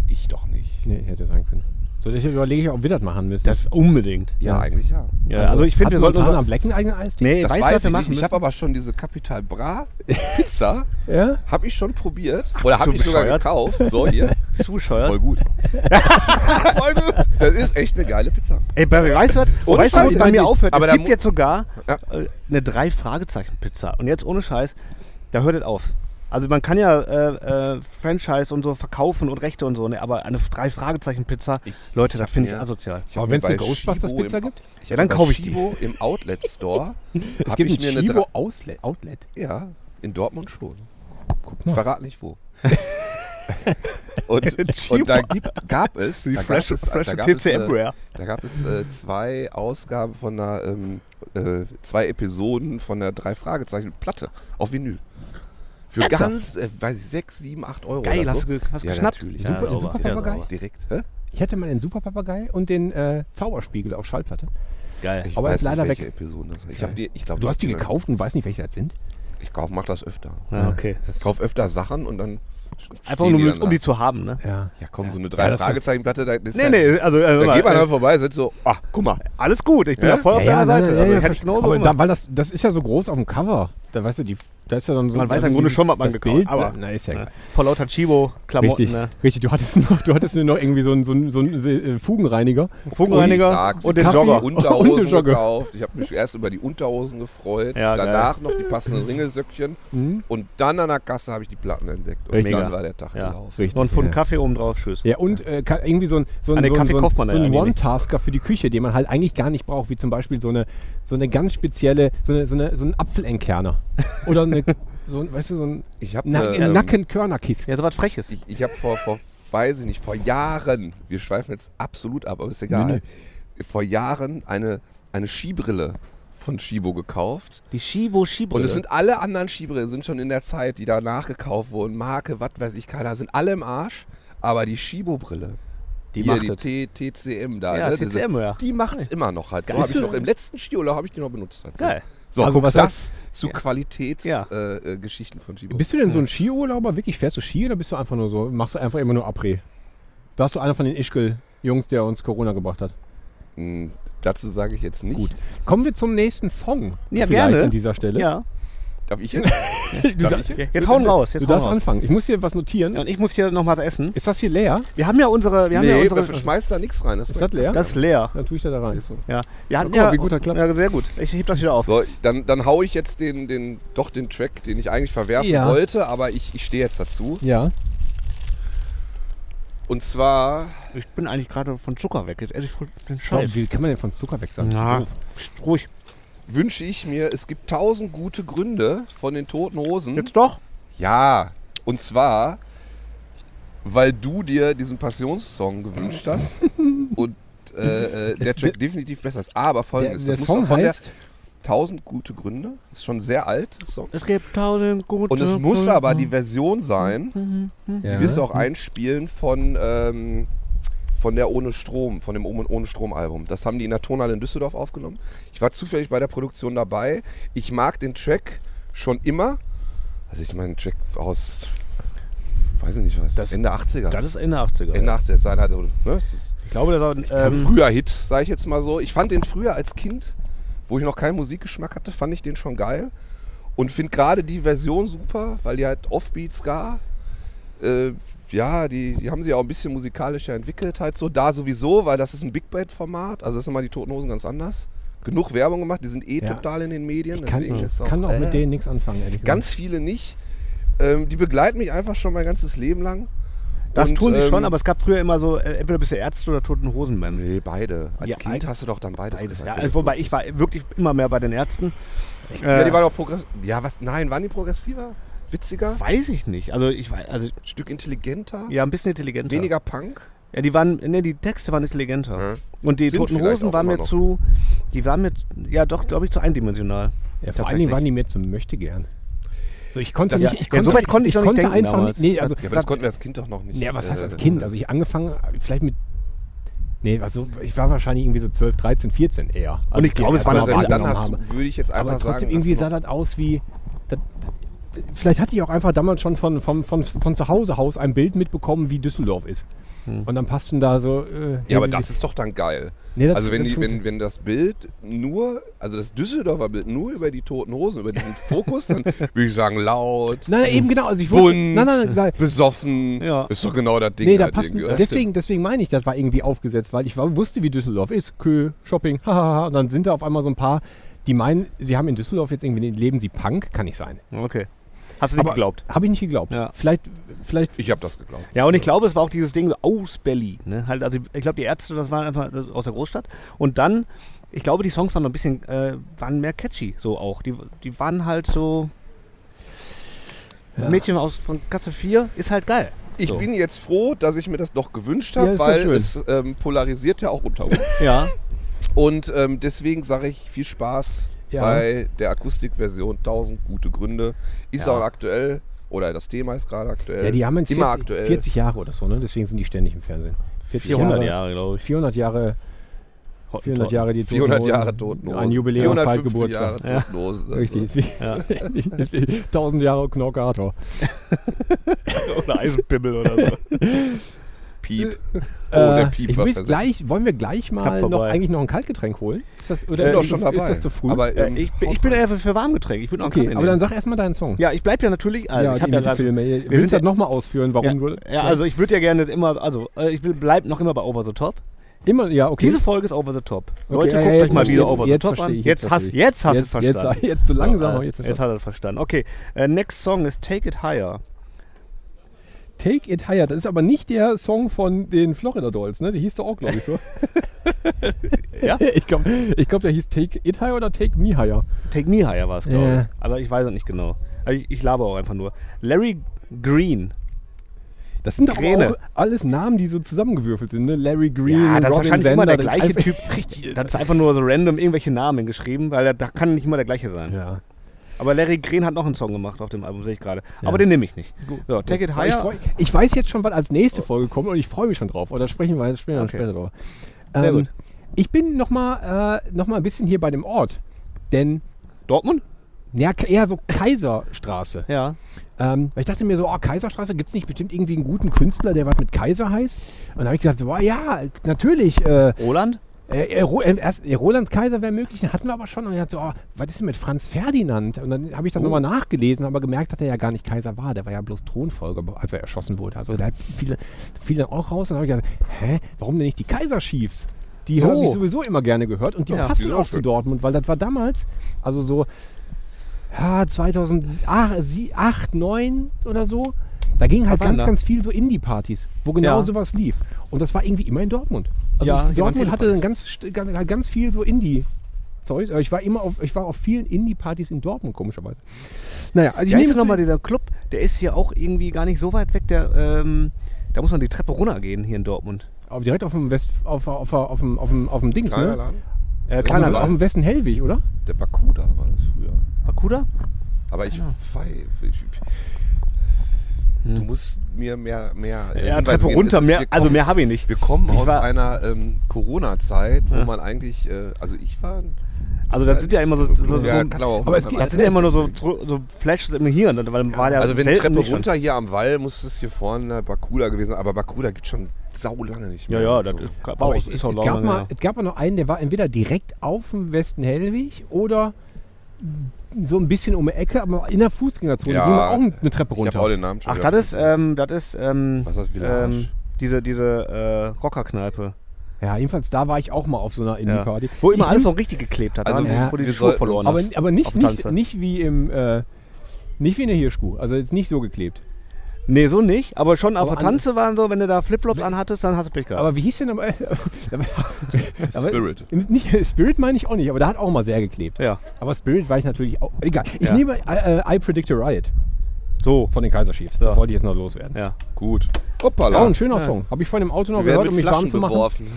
G: Ich doch nicht.
E: Nee, hätte sein können. So, ich überlege ich, ob wir das machen müssen.
F: Das unbedingt.
G: Ja, eigentlich ja.
F: Ja, also ich finde, wir sollten
E: Montana
F: unser,
E: am Black einen eigenen Eistee.
F: Nee,
G: das
F: weißt du,
G: weiß
F: was wir
G: ich
F: machen
G: nicht. Ich habe
F: müssen?
G: aber schon diese Capital Bra Pizza,
E: Ja?
G: habe ich schon probiert. oder habe
F: du
G: ich sogar
F: bescheuert?
G: gekauft. So hier.
F: Bist du bescheuert?
G: Voll gut. Voll gut. Das ist echt eine geile Pizza.
F: Ey, bei, weißt du was?
G: Ohne
F: weißt du,
G: Scheiß,
F: was
G: ich
F: bei
G: weiß
F: mir
G: nicht.
F: aufhört?
G: Aber
F: es
G: da
F: gibt
G: mu-
F: jetzt sogar
G: Ja.
F: äh, eine drei Fragezeichen Pizza. Und jetzt ohne Scheiß, da hört es auf. Also man kann ja äh, äh, Franchise und so verkaufen und Rechte und so, ne? aber eine drei Fragezeichen Pizza, Leute, das finde ich
G: ja.
F: asozial.
G: Ich hab
E: Aber
G: mir
E: wenn es eine
G: bei Shibo
E: Ghostbusters-Pizza
G: im-
E: gibt?
F: Ja,
G: Ich hab mir
F: dann
G: bei
F: kaufe ich die.
G: Shibo im Outlet Store.
E: Es
G: hab
E: gibt
G: ich mir
E: ein
G: eine
E: Chibo
G: Dra-
E: Outlet. Outlet.
G: Ja, in Dortmund schon.
E: Guck
G: Ich
E: mal.
G: verrate nicht wo. und, und da gibt, gab es,
F: Die
G: da gab
F: freshe-
G: es,
F: freshe
G: da gab
F: TC
G: es, äh,
F: Embraer.
G: da gab es äh, zwei Ausgaben von einer, ähm, äh, zwei Episoden von der drei Fragezeichen Platte auf Vinyl. Für ganz, äh, weiß ich, 6, 7, 8 Euro.
F: Geil,
G: oder
F: hast
G: so.
F: du ge- hast
G: ja,
F: geschnappt?
G: Natürlich.
F: Ja,
E: Super- sauber. Superpapagei?
G: Direkt. Hä?
E: Ich hatte mal den Superpapagei und den äh, Zauberspiegel auf Schallplatte.
F: Geil.
G: Ich
E: Aber
G: weiß
E: ist leider
G: nicht, welche
E: weg.
G: Episode das war. Ich, hab die, ich glaub,
E: Du hast die
G: ich-
E: gekauft und weißt nicht, welche das sind?
G: Ich kauf, mach das öfter.
E: Ah,
F: Ja, okay.
G: Ich kauf öfter Sachen und dann.
F: Einfach
G: stehen
F: nur,
G: dann
F: um die
G: da.
F: zu haben, ne?
E: Ja.
G: Ja, komm, so eine
E: Ja,
G: drei
E: das-
G: Fragezeichenplatte. Da,
F: Nee, nee, also äh,
G: Da
F: mal,
G: geht man
F: äh,
G: dann vorbei, sitzt so, ach, guck mal.
F: alles gut, ich bin
G: Ja?
F: ja, voll auf
E: ne,
F: deiner Seite. also, hätte ich genauso
E: aber da,
F: gemacht.
E: weil das, das ist ja so groß auf dem Cover. Da weißt du, die, da ist ja dann so.
F: Man weiß ja im
E: also
F: Grunde
E: die-
F: schon, was man
E: das
F: gekauft
E: Bild,
F: hat, aber-
E: na, ist ja egal.
F: ne? Vor lauter Chibo-Klamotten,
E: Richtig,
F: ne?
E: richtig. Du hattest noch, du hattest nur noch irgendwie so einen, so einen, so einen äh, Fugenreiniger.
G: Ich
F: Fugenreiniger
G: sag's.
F: und den
E: Kaffee.
F: Jogger.
G: Unterhosen
E: Und eine Jogger.
G: gekauft. Ich habe mich erst über die Unterhosen gefreut.
F: Ja, geil.
G: danach noch die passenden Ringelsöckchen.
E: Mhm.
G: Und dann an der Kasse habe ich die Platten entdeckt. Und
E: Richtig.
G: dann
F: Mega.
G: war der Tag
F: Ja.
G: gelaufen.
E: Richtig.
F: Noch ein Pfund
E: ja.
F: Kaffee oben drauf, tschüss.
E: Ja, und äh, ka- irgendwie so ein, so ein,
F: Ah, nee,
E: so ein,
F: Kaffee
E: so ein,
F: kauft man da
E: so
F: ja
E: ein
F: eigentlich
E: One-Tasker für die Küche, den man halt eigentlich gar nicht braucht, wie zum Beispiel so eine, so eine ganz spezielle, so, eine, so, eine, so ein Apfelentkerner. Oder eine, so ein, weißt du, so ein
G: Ich habe
E: Na
G: ähm,
E: Nackenkörnerkissen.
F: Ja, so was Freches.
G: Ich, ich habe vor, vor, weiß ich nicht, vor Jahren, wir schweifen jetzt absolut ab, aber ist
E: Nö,
G: egal, vor Jahren eine, eine Skibrille von Shibo gekauft.
F: Die Shibo Shibo.
G: Und es sind alle anderen Skibrillen, sind schon in der Zeit, die danach gekauft wurden, Marke, was weiß ich, keiner, sind alle im Arsch, aber die Shibo-Brille.
F: Die
G: Hier,
F: macht es.
G: die T TCM da.
F: Ja,
G: ne?
F: TCM, ja.
G: Die macht es immer noch halt. So
F: Geil.
G: habe ich noch, im letzten Skiurlaub habe ich die noch benutzt. Halt.
F: Geil.
G: So,
E: Also
G: guck,
E: was
G: das zu
F: Ja. Ja.
G: Qualitätsgeschichten äh, Geschichten von Shibo.
E: Bist du denn so ein Skiurlauber? Wirklich, fährst du Ski oder bist du einfach nur so, machst du einfach immer nur Abre? Warst du einer von den Ischgl-Jungs, der uns Corona gebracht hat?
G: Hm, Dazu sage ich jetzt nicht.
E: Gut. Kommen wir zum nächsten Song.
F: Ja,
E: vielleicht
F: gerne.
E: An dieser Stelle.
F: Ja.
G: Darf ich jetzt?
E: Du, da,
F: Jetzt hauen raus. Jetzt
E: du
F: hauen
E: darfst
F: raus.
E: anfangen. Ich muss hier was notieren.
F: Ja, Und ich muss hier noch mal was essen.
E: Ist das hier leer?
F: Wir haben ja unsere. Wir haben ja
G: nee,
F: unsere
G: schmeißt da nichts rein.
E: Ist das leer?
F: das ist leer.
E: Dann tue ich da, da rein.
G: Ist so.
F: Ja. Wir hatten
E: guck mal,
F: ja,
E: wie gut das klappt.
F: ja, sehr gut. Ich heb das wieder auf.
G: So, dann, dann hau ich jetzt den, den, doch den Track, den ich eigentlich verwerfen
E: Ja.
G: wollte, aber ich, ich stehe jetzt dazu.
E: Ja.
G: Und zwar,
F: Ich bin eigentlich gerade von Zucker weg. Jetzt esse ich voll den
E: Warum,
F: Scheiß.
E: wie kann man denn vom Zucker weg sein?
F: Na,
E: So.
F: pst, ruhig.
G: wünsche ich mir, es gibt tausend gute Gründe von den Toten Hosen.
F: Jetzt doch.
G: Ja, und zwar, weil du dir diesen Passionssong gewünscht hast und äh, äh, der
E: Ist
G: Track definitiv besser ist. Aber
E: Der,
G: folgendes,
E: der
G: muss
E: Song
G: auch von der
E: heißt.
G: 1000 gute Gründe, ist schon ein sehr alt, der Song.
F: Es gibt tausend gute.
G: Und es muss aber die Version sein, Die wirst du auch einspielen von, ähm, von der Ohne Strom, von dem Ohne Ohne Strom Album. Das haben die in der Tonhalle in Düsseldorf aufgenommen. Ich war zufällig bei der Produktion dabei. Ich mag den Track schon immer. Also ich meine, Track aus, weiß ich nicht was,
F: Das-
G: Ende 80er.
F: Das ist Ende 80er.
G: Ende 80er sein halt, so, ne? Das ist
F: Ich glaube, das ist.
G: so
F: Ähm,
G: früher Hit, sage ich jetzt mal so. Ich fand den früher als Kind, wo ich noch keinen Musikgeschmack hatte, fand ich den schon geil. Und finde gerade die Version super, weil die halt Offbeats gar. Äh, ja, die, die haben sie auch ein bisschen musikalischer entwickelt, halt so. Da sowieso, weil das ist ein Big Band-Format. Also das sind mal die Toten Hosen ganz anders. Genug Werbung gemacht, die sind eh
E: Ja.
G: total in den Medien.
E: Ich kann,
G: deswegen ist
E: ich
G: auch-
E: kann auch
G: äh,
E: mit denen nichts anfangen, ehrlich gesagt.
G: Ganz viele nicht. Ähm, die begleiten mich einfach schon mein ganzes Leben lang.
F: das
G: Und,
F: tun sie
G: ähm,
F: schon, aber es gab früher immer so: äh, entweder bist du Ärzte oder Toten Hosenband.
G: Nee, beide. Als
F: Ja,
G: Kind
F: ein-
G: hast du doch dann beides,
F: Beides.
G: gesagt.
F: Ja,
G: wenn
F: also,
G: das
F: wobei
G: gut
F: ich
G: ist.
F: war wirklich immer mehr bei den Ärzten.
G: Ja,
F: Äh,
G: die waren auch progressiv. Ja, was? Nein, waren die progressiver? Witziger?
F: weiß ich nicht. Also ich weiß, also
G: Ein Stück intelligenter?
F: ja, ein bisschen intelligenter.
G: Weniger Punk?
F: Ja, die waren, ne, die Texte waren intelligenter.
G: Mhm.
F: Und die
G: Sind
F: Toten
G: vielleicht
F: Hosen
G: auch
F: waren
G: immer
F: mir
G: noch.
F: zu, die waren mir, ja doch, glaube ich, zu
E: ja,
F: eindimensional.
E: vor allen Dingen
F: tatsächlich.
E: waren die mir zum Möchtegern. So, ich konnte
G: Das-
E: nicht,
F: ja,
E: ich konnte,
F: so weit konnte ich noch nicht denken
E: einfach
F: damals.
E: nicht. Nee, also,
G: Ja, aber das konnten wir als Kind doch noch nicht.
E: nee, was heißt als
G: äh,
E: Kind? Also ich angefangen, vielleicht mit. Nee, also ich war wahrscheinlich irgendwie so 12, 13, 14 eher. als
F: ich
E: die
F: glaube, es
E: erste
F: war
E: Mal
G: aber
F: noch
G: selbst Also dann
E: wahrgenommen
G: hast
E: habe.
G: du, würde ich jetzt einfach
E: Aber trotzdem
G: sagen.
E: irgendwie
G: dass
E: sah das aus wie. Das, vielleicht hatte ich auch einfach damals schon von, von, von, von zu Hause aus ein Bild mitbekommen, wie Düsseldorf ist. Und dann passten da so. Äh,
G: du- ja, aber das ist doch dann geil.
E: Nee, das-
G: also wenn,
E: das
G: die, wenn,
E: funktioniert.
G: wenn das Bild nur, also das Düsseldorfer Bild nur über die toten Hosen, über diesen Fokus, dann würde ich sagen laut,
E: Nein, eben genau. Also ich wusste,
G: bunt,
E: nein, nein, nein,
G: besoffen.
F: Ja.
G: Ist doch genau das Ding.
E: Nee, da
G: halt
E: passt,
G: irgendwie, oder?
E: deswegen, deswegen meine ich, das war irgendwie aufgesetzt, weil ich war, wusste, wie Düsseldorf ist. Kö, Shopping, hahaha. Und dann sind da auf einmal so ein paar, die meinen, sie haben in Düsseldorf jetzt irgendwie, leben sie Punk? Kann nicht sein.
F: Okay. Hast du nicht geglaubt?
E: Habe ich nicht geglaubt.
F: Ja.
E: Vielleicht, vielleicht,
G: Ich habe das geglaubt.
F: Ja, und ich glaube, es war auch dieses Ding so aus Berlin. Ne? Halt, also ich glaube, die Ärzte, das waren einfach das- aus der Großstadt. Und dann, ich glaube, die Songs waren noch ein bisschen, äh, waren mehr catchy, so auch. Die, die waren halt so. Das Mädchen aus, von Kasse 4 ist halt geil.
G: Ich
F: so.
G: bin jetzt froh, dass ich mir das doch gewünscht habe,
E: Ja, ist doch
G: weil
E: schön.
G: es ähm, polarisiert ja auch unter uns.
F: Ja.
G: Und ähm, deswegen sage ich viel Spaß
E: Ja.
G: bei der Akustikversion 1000 gute Gründe. Ist
F: Ja.
G: auch aktuell oder das Thema ist gerade aktuell.
E: ja, die haben jetzt
G: Äh, immer
E: 40,
G: aktuell.
E: 40 Jahre oder so, ne? Deswegen sind die ständig im Fernsehen. 40
F: 400 Jahre, glaube ich.
E: 400 Jahre 400 Jahre die
G: 400
E: Totenhosen.
G: Jahre Totenhose.
E: Ein Jubiläum auf halt
G: 450
E: Geburtstag.
G: Jahre Totenhose.
E: Richtig, ist wie 1000 Jahre Knorkator.
F: Oder Eisenpimmel oder so.
G: Piep. Oh,
E: Äh,
G: der Piep
E: ich
G: war
E: muss
G: versetzt.
E: gleich, wollen wir gleich mal noch
F: vorbei.
E: eigentlich noch ein Kaltgetränk holen? Ist das, oder
G: Ist
E: ist,
G: doch
E: das-
G: schon dabei.
E: ist das zu früh?
G: Aber
F: Äh,
G: ähm,
F: ich, bin- ich bin eher für, für Warmgetränk. Ich würde noch einen
E: okay,
F: Kaffee
E: aber dann
F: nehmen.
E: sag erstmal deinen Song.
F: Ja, ich bleibe ja natürlich. Also, ich
E: die
F: habe ja gerade.
E: Filme. Wir
F: sind
E: Willst du
F: ja-
E: das nochmal ausführen, warum du.
F: Ja, ja, also ich würde ja gerne immer, also äh, ich will, bleib noch immer bei Over the Top.
E: immer, ja, okay.
F: Diese Folge ist Over the Top. Leute,
E: ja,
F: guckt
E: ja,
F: euch mal wieder
E: jetzt,
F: Over
E: jetzt
F: the Top
E: verstehe
F: an.
E: ich,
F: jetzt hast,
E: verstehe ich.
F: jetzt hast du
E: jetzt,
F: verstanden.
E: Jetzt, jetzt so langsam, aber jetzt
F: jetzt, jetzt
E: verstanden.
F: hat er verstanden. Okay, äh, next song ist Take It Higher.
E: Take It Higher, das ist aber nicht der Song von den Florida Dolls, ne? Der hieß doch auch, glaube ich, so.
F: Ja?
E: Ich glaube, ich glaub, der hieß Take It Higher oder Take Me Higher.
F: Take Me Higher war es, glaube
E: Ja.
F: ich. Aber ich weiß es nicht genau. Aber Ich, ich laber auch einfach nur. Larry Green.
E: Das sind aber
F: Gräne.
E: auch alles Namen, die so zusammengewürfelt sind, ne? Larry Green,
F: ja, das ist
E: Robin
F: wahrscheinlich
E: Zander,
F: immer der
E: das ist
F: gleiche
E: einfach-
F: Typ. Das ist einfach nur so random irgendwelche Namen geschrieben, weil da- da kann nicht immer der gleiche sein.
E: Ja.
F: Aber Larry Green hat noch einen Song gemacht auf dem Album, sehe ich gerade. Aber den nehme ich nicht. So, Take It
E: ich,
F: Higher.
E: freu, ich weiß jetzt schon, was als nächste Folge kommt und ich freue mich schon drauf. Oder sprechen wir jetzt später,
F: Okay.
E: später drüber. Ähm,
F: Sehr gut.
E: Ich bin nochmal äh, noch mal ein bisschen hier bei dem Ort. Denn,
F: Dortmund?
E: ja, eher so Kaiserstraße.
F: Ja.
E: Ähm, weil ich dachte mir so, oh, Kaiserstraße, gibt es nicht bestimmt irgendwie einen guten Künstler, der was mit Kaiser heißt? Und dann habe ich gedacht, so, boah, ja, natürlich. Äh,
F: Roland?
E: äh, äh, Ro- äh, erst, äh, Roland Kaiser wäre möglich, den hatten wir aber schon. Und ich dachte so, oh, was ist denn mit Franz Ferdinand? Und dann habe ich dann nochmal nachgelesen, aber gemerkt, dass er ja gar nicht Kaiser war. Der war ja bloß Thronfolger, be- als er erschossen wurde. Also da fiel, fiel dann auch raus. Und dann habe ich gedacht, hä, warum denn nicht die Kaiser Chiefs? Die
F: So.
E: habe ich sowieso immer gerne gehört und die
F: Ja,
E: passen
G: die sind
E: auch
G: auch
E: zu
G: schön.
E: Dortmund, weil das war damals, also so ja, 2008, 9 oder so. Da ging halt
F: Wann
E: ganz,
F: da?
E: ganz viel so Indie-Partys, wo genau
F: Ja.
E: sowas lief. Und das war irgendwie immer in Dortmund. Also
F: Ja,
E: ich,
F: hier waren
E: Dortmund
F: viele
E: hatte dann ganz, st- ganz, halt ganz viel so Indie-Zeugs. Aber Ich war immer auf, ich war auf vielen Indie-Partys in Dortmund, komischerweise. Naja, also ich
F: Ja, ist
E: nehme
F: doch nochmal
E: zu-
F: dieser Club, der ist hier auch irgendwie gar nicht so weit weg. Der, ähm, da muss man die Treppe runtergehen hier in Dortmund.
E: auf, direkt auf dem West, auf, auf, auf, auf, dem- auf, dem- auf dem Dings,
G: kleiner
E: ne?
G: Laden?
F: Äh,
E: Auf
F: kleiner
E: dem- auf
F: Laden.
E: dem Westen Hellwig, oder?
G: Der Bakuda war das früher.
F: Bakuda?
G: Aber
E: Ah.
G: ich, wei- ich
E: Hm.
G: Du musst mir mehr, mehr. äh,
F: Ja,
G: Hinweise
F: Treppe
G: geben.
F: runter.
G: Es ist-
F: Mehr,
G: wir
F: also
G: kommen-
F: mehr habe ich nicht.
G: Wir kommen
F: Ich
G: aus
F: war-
G: einer ähm, Corona-Zeit, wo man eigentlich, äh, also ich war.
F: Also das sind ja immer so, so, so
G: ja, kann aber auch
E: aber es
G: mal
E: geht-
G: sein.
F: das sind ja immer nur so, so Flashes im Hirn. ne, Weil war ja
G: Also wenn
F: selten
G: Treppe
F: nicht schon.
G: runter hier am Wall, muss es hier vorne der Bakuda gewesen sein. Aber Bakuda gibt schon sau lange nicht
F: Ja,
G: mehr.
F: ja,
G: Also,
F: das ist- war
E: Aber
F: auch,
E: ich,
F: ist genau.
E: es,
F: auch
E: es, gab
F: lange
E: mal,
F: her.
E: es gab mal noch einen, der war entweder direkt auf dem Westen Hellwig oder so ein bisschen um die Ecke, aber in der Fußgängerzone
G: Ja,
E: ging man auch eine Treppe
G: Ich habe auch
E: runter.
G: den Namen schon.
F: Ach,
G: wieder
F: das ist,
G: vergessen.
F: ähm, das ist, ähm,
G: Was ist das, Village?
F: ähm, diese, diese äh, Rockerkneipe.
E: Ja, jedenfalls da war ich auch mal auf so einer
F: Ja.
E: Indie-Party.
F: Wo immer
E: Ich
F: alles
E: bin-
F: noch richtig geklebt hat,
G: Also,
F: also,
E: ja,
F: wo die
G: wir
F: Schuhe
G: sollten
F: verloren
G: uns-
E: aber,
F: hast.
E: aber
F: auf
E: nicht,
F: dem
E: nicht,
F: Tanzplatz.
E: nicht wie im äh, nicht wie in der Hirschkuh, also jetzt nicht so geklebt.
F: Nee, so nicht, aber schon auf
E: Aber
F: der Tanze waren so, wenn du da Flipflops anhattest, dann hast du Pech gehabt.
E: Aber wie hieß denn aber, aber
G: Spirit.
E: im- Nicht, Spirit meine ich auch nicht, aber da hat auch mal sehr geklebt.
F: Ja.
E: Aber Spirit war ich natürlich auch. Egal. Ich
F: Ja.
E: nehme äh, äh, I Predict a Riot
F: so.
E: von den Kaiser Chiefs.
F: So.
E: Da wollte ich jetzt noch loswerden.
F: Ja.
G: Gut. Hoppala.
E: Auch ein schöner Song. Habe ich vorhin im Auto noch
G: wir werden
E: gehört, um mich
G: mit
E: warm
G: Flaschen
E: zu machen.
G: beworfen.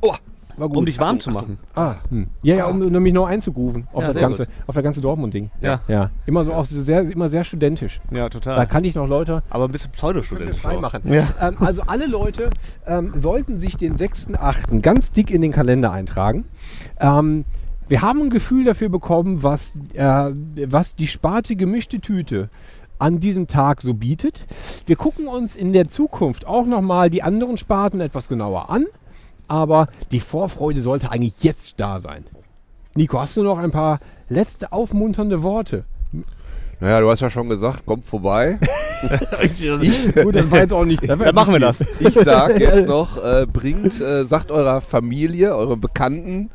G: Oh,
E: War gut.
F: Um dich warm zu machen.
E: Ah, hm. Ja, ja, um, um mich noch einzugrufen auf,
F: Ja,
E: das
F: sehr
E: ganze,
F: gut.
E: auf das ganze Dortmund-Ding.
F: Ja.
E: Ja. Immer so auch so sehr, immer sehr studentisch.
F: Ja,
E: Da
F: total.
E: kann ich noch Leute
F: Aber ein bisschen pseudostudentisch. auch.
E: freimachen.
F: Ja.
E: Ähm, also alle Leute ähm, sollten sich den 6.8. ganz dick in den Kalender eintragen. Ähm, wir haben ein Gefühl dafür bekommen, was, äh, was die Sparte gemischte Tüte an diesem Tag so bietet. Wir gucken uns in der Zukunft auch nochmal die anderen Sparten etwas genauer an, aber die Vorfreude sollte eigentlich jetzt da sein. Nico, hast du noch ein paar letzte aufmunternde Worte?
G: Naja, du hast ja schon gesagt, kommt vorbei.
E: Gut, das war jetzt auch nicht.
F: Dann machen wir das.
G: Ich sag jetzt noch, äh, bringt, äh, sagt eurer Familie, euren Bekannten,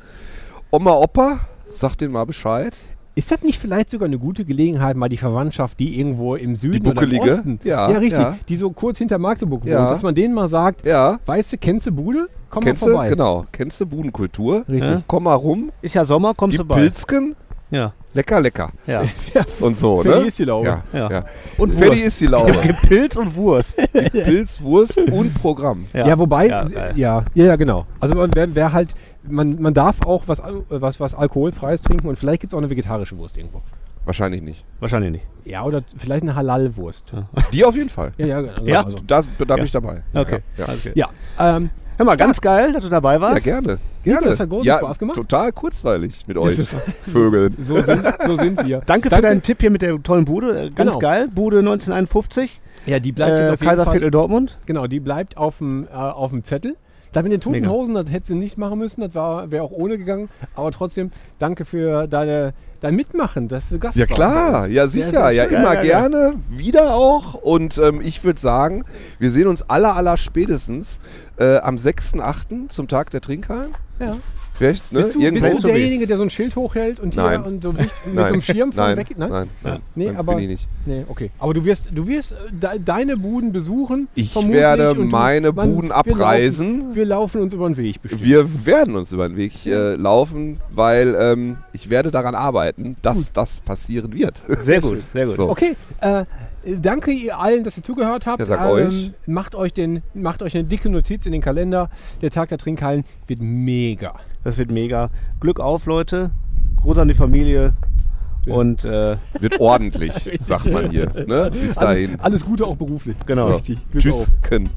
G: Oma, Opa, sagt denen mal Bescheid.
E: Ist das nicht vielleicht sogar eine gute Gelegenheit, mal die Verwandtschaft, die irgendwo im Süden oder
G: Die
E: im
G: Buckelige?
E: Osten,
G: Ja,
E: richtig,
G: ja.
E: die so kurz hinter Magdeburg
G: Ja.
E: wohnt, dass man denen mal sagt,
G: Ja.
E: weißt du, kennst du Bude? Komm
G: Kennst
E: mal
G: du,
E: vorbei.
G: genau, kennst du Budenkultur?
E: Richtig.
G: Ja. Komm mal rum,
F: Ist ja Sommer, kommst du
G: gib
F: bei.
G: Pilzken,
F: Ja.
G: lecker, lecker.
F: ja.
G: Und so,
E: Fertig
G: ne?
E: ist die Laube.
G: Ja, ja.
F: Ja. Und
G: Und Fertig
F: Wurst.
G: ist die Laube.
F: Gib Pilz und Wurst.
G: Pilz, Wurst und Programm.
E: Ja, wobei,
F: Ja,
E: ja,
F: geil.
E: ja, ja, genau. Also man, wer, wer halt, man, man darf auch was, Al- was, was Alkoholfreies trinken und vielleicht gibt es auch eine vegetarische Wurst irgendwo.
G: Wahrscheinlich nicht.
F: Wahrscheinlich nicht.
E: Ja, oder z- vielleicht eine Halal-Wurst.
G: Die auf jeden Fall.
E: Ja, ja, genau.
F: Ja.
E: Also,
G: Das, da bin ich dabei.
F: Okay.
G: Ja. Ja.
E: ja. Ähm,
F: Hör mal, ganz geil, dass du dabei
G: Ja,
F: warst.
G: gerne.
E: Ja,
G: Gerne.
E: das hat großen
G: ja,
E: Spaß gemacht.
G: total kurzweilig mit euch Vögeln.
E: So sind, so sind wir.
F: Danke, für deinen Tipp hier mit der tollen Bude. Äh, Ganz
E: Genau.
F: geil. Bude 1951,
E: Ja, die bleibt jetzt
F: äh,
E: auf jeden Fall.
F: Kaiserviertel Dortmund.
E: Genau, die bleibt auf dem, äh, auf dem Zettel. Da mit den toten
F: Mega.
E: Hosen, das hätte sie nicht machen müssen, das wäre auch ohne gegangen. Aber trotzdem, danke für deine, dein Mitmachen, dass du Gast
G: Ja
E: warst.
G: klar, ja sicher,
E: sehr
G: ja
E: schön.
G: immer
F: Ja, ja, ja.
G: gerne, wieder auch. Und ähm, ich würde sagen, wir sehen uns aller aller spätestens äh, am 6.8. zum Tag der Trinkhallen.
E: Ja.
G: Vielleicht, ne?
E: Bist du,
G: Irgendwo.
E: bist du derjenige, der so ein Schild hochhält und hier
G: Nein.
E: und so wicht, mit
G: Nein.
E: so einem Schirm von
G: nein,
E: weg? ne?
G: Nein, nein,
E: Nee,
G: Nein,
E: aber-
G: bin ich nicht.
E: Nee, okay. Aber du wirst, du wirst äh, de deine Buden besuchen.
G: Ich
E: vermutlich,
G: werde
E: und du-
G: meine
E: man-
G: Buden
E: wir
G: abreißen.
E: Laufen, wir laufen uns über den Weg bestimmt.
G: Wir werden uns über den Weg äh, laufen, weil ähm, ich werde daran arbeiten, dass das passieren wird.
F: Sehr gut, sehr gut.
G: So.
E: Okay, äh, danke ihr allen, dass ihr zugehört habt. Ähm,
G: Ja, sag euch.
E: Macht euch, den, macht euch eine dicke Notiz in den Kalender. Der Tag der Trinkhallen wird mega.
F: Das wird mega. Glück auf, Leute. Gruß an die Familie. Und äh,
G: Wird ordentlich, sagt man hier. Ne? Bis dahin.
E: Alles Gute auch beruflich.
F: genau.
E: Richtig. Glück
G: Tschüss.
E: auf.
G: Ken.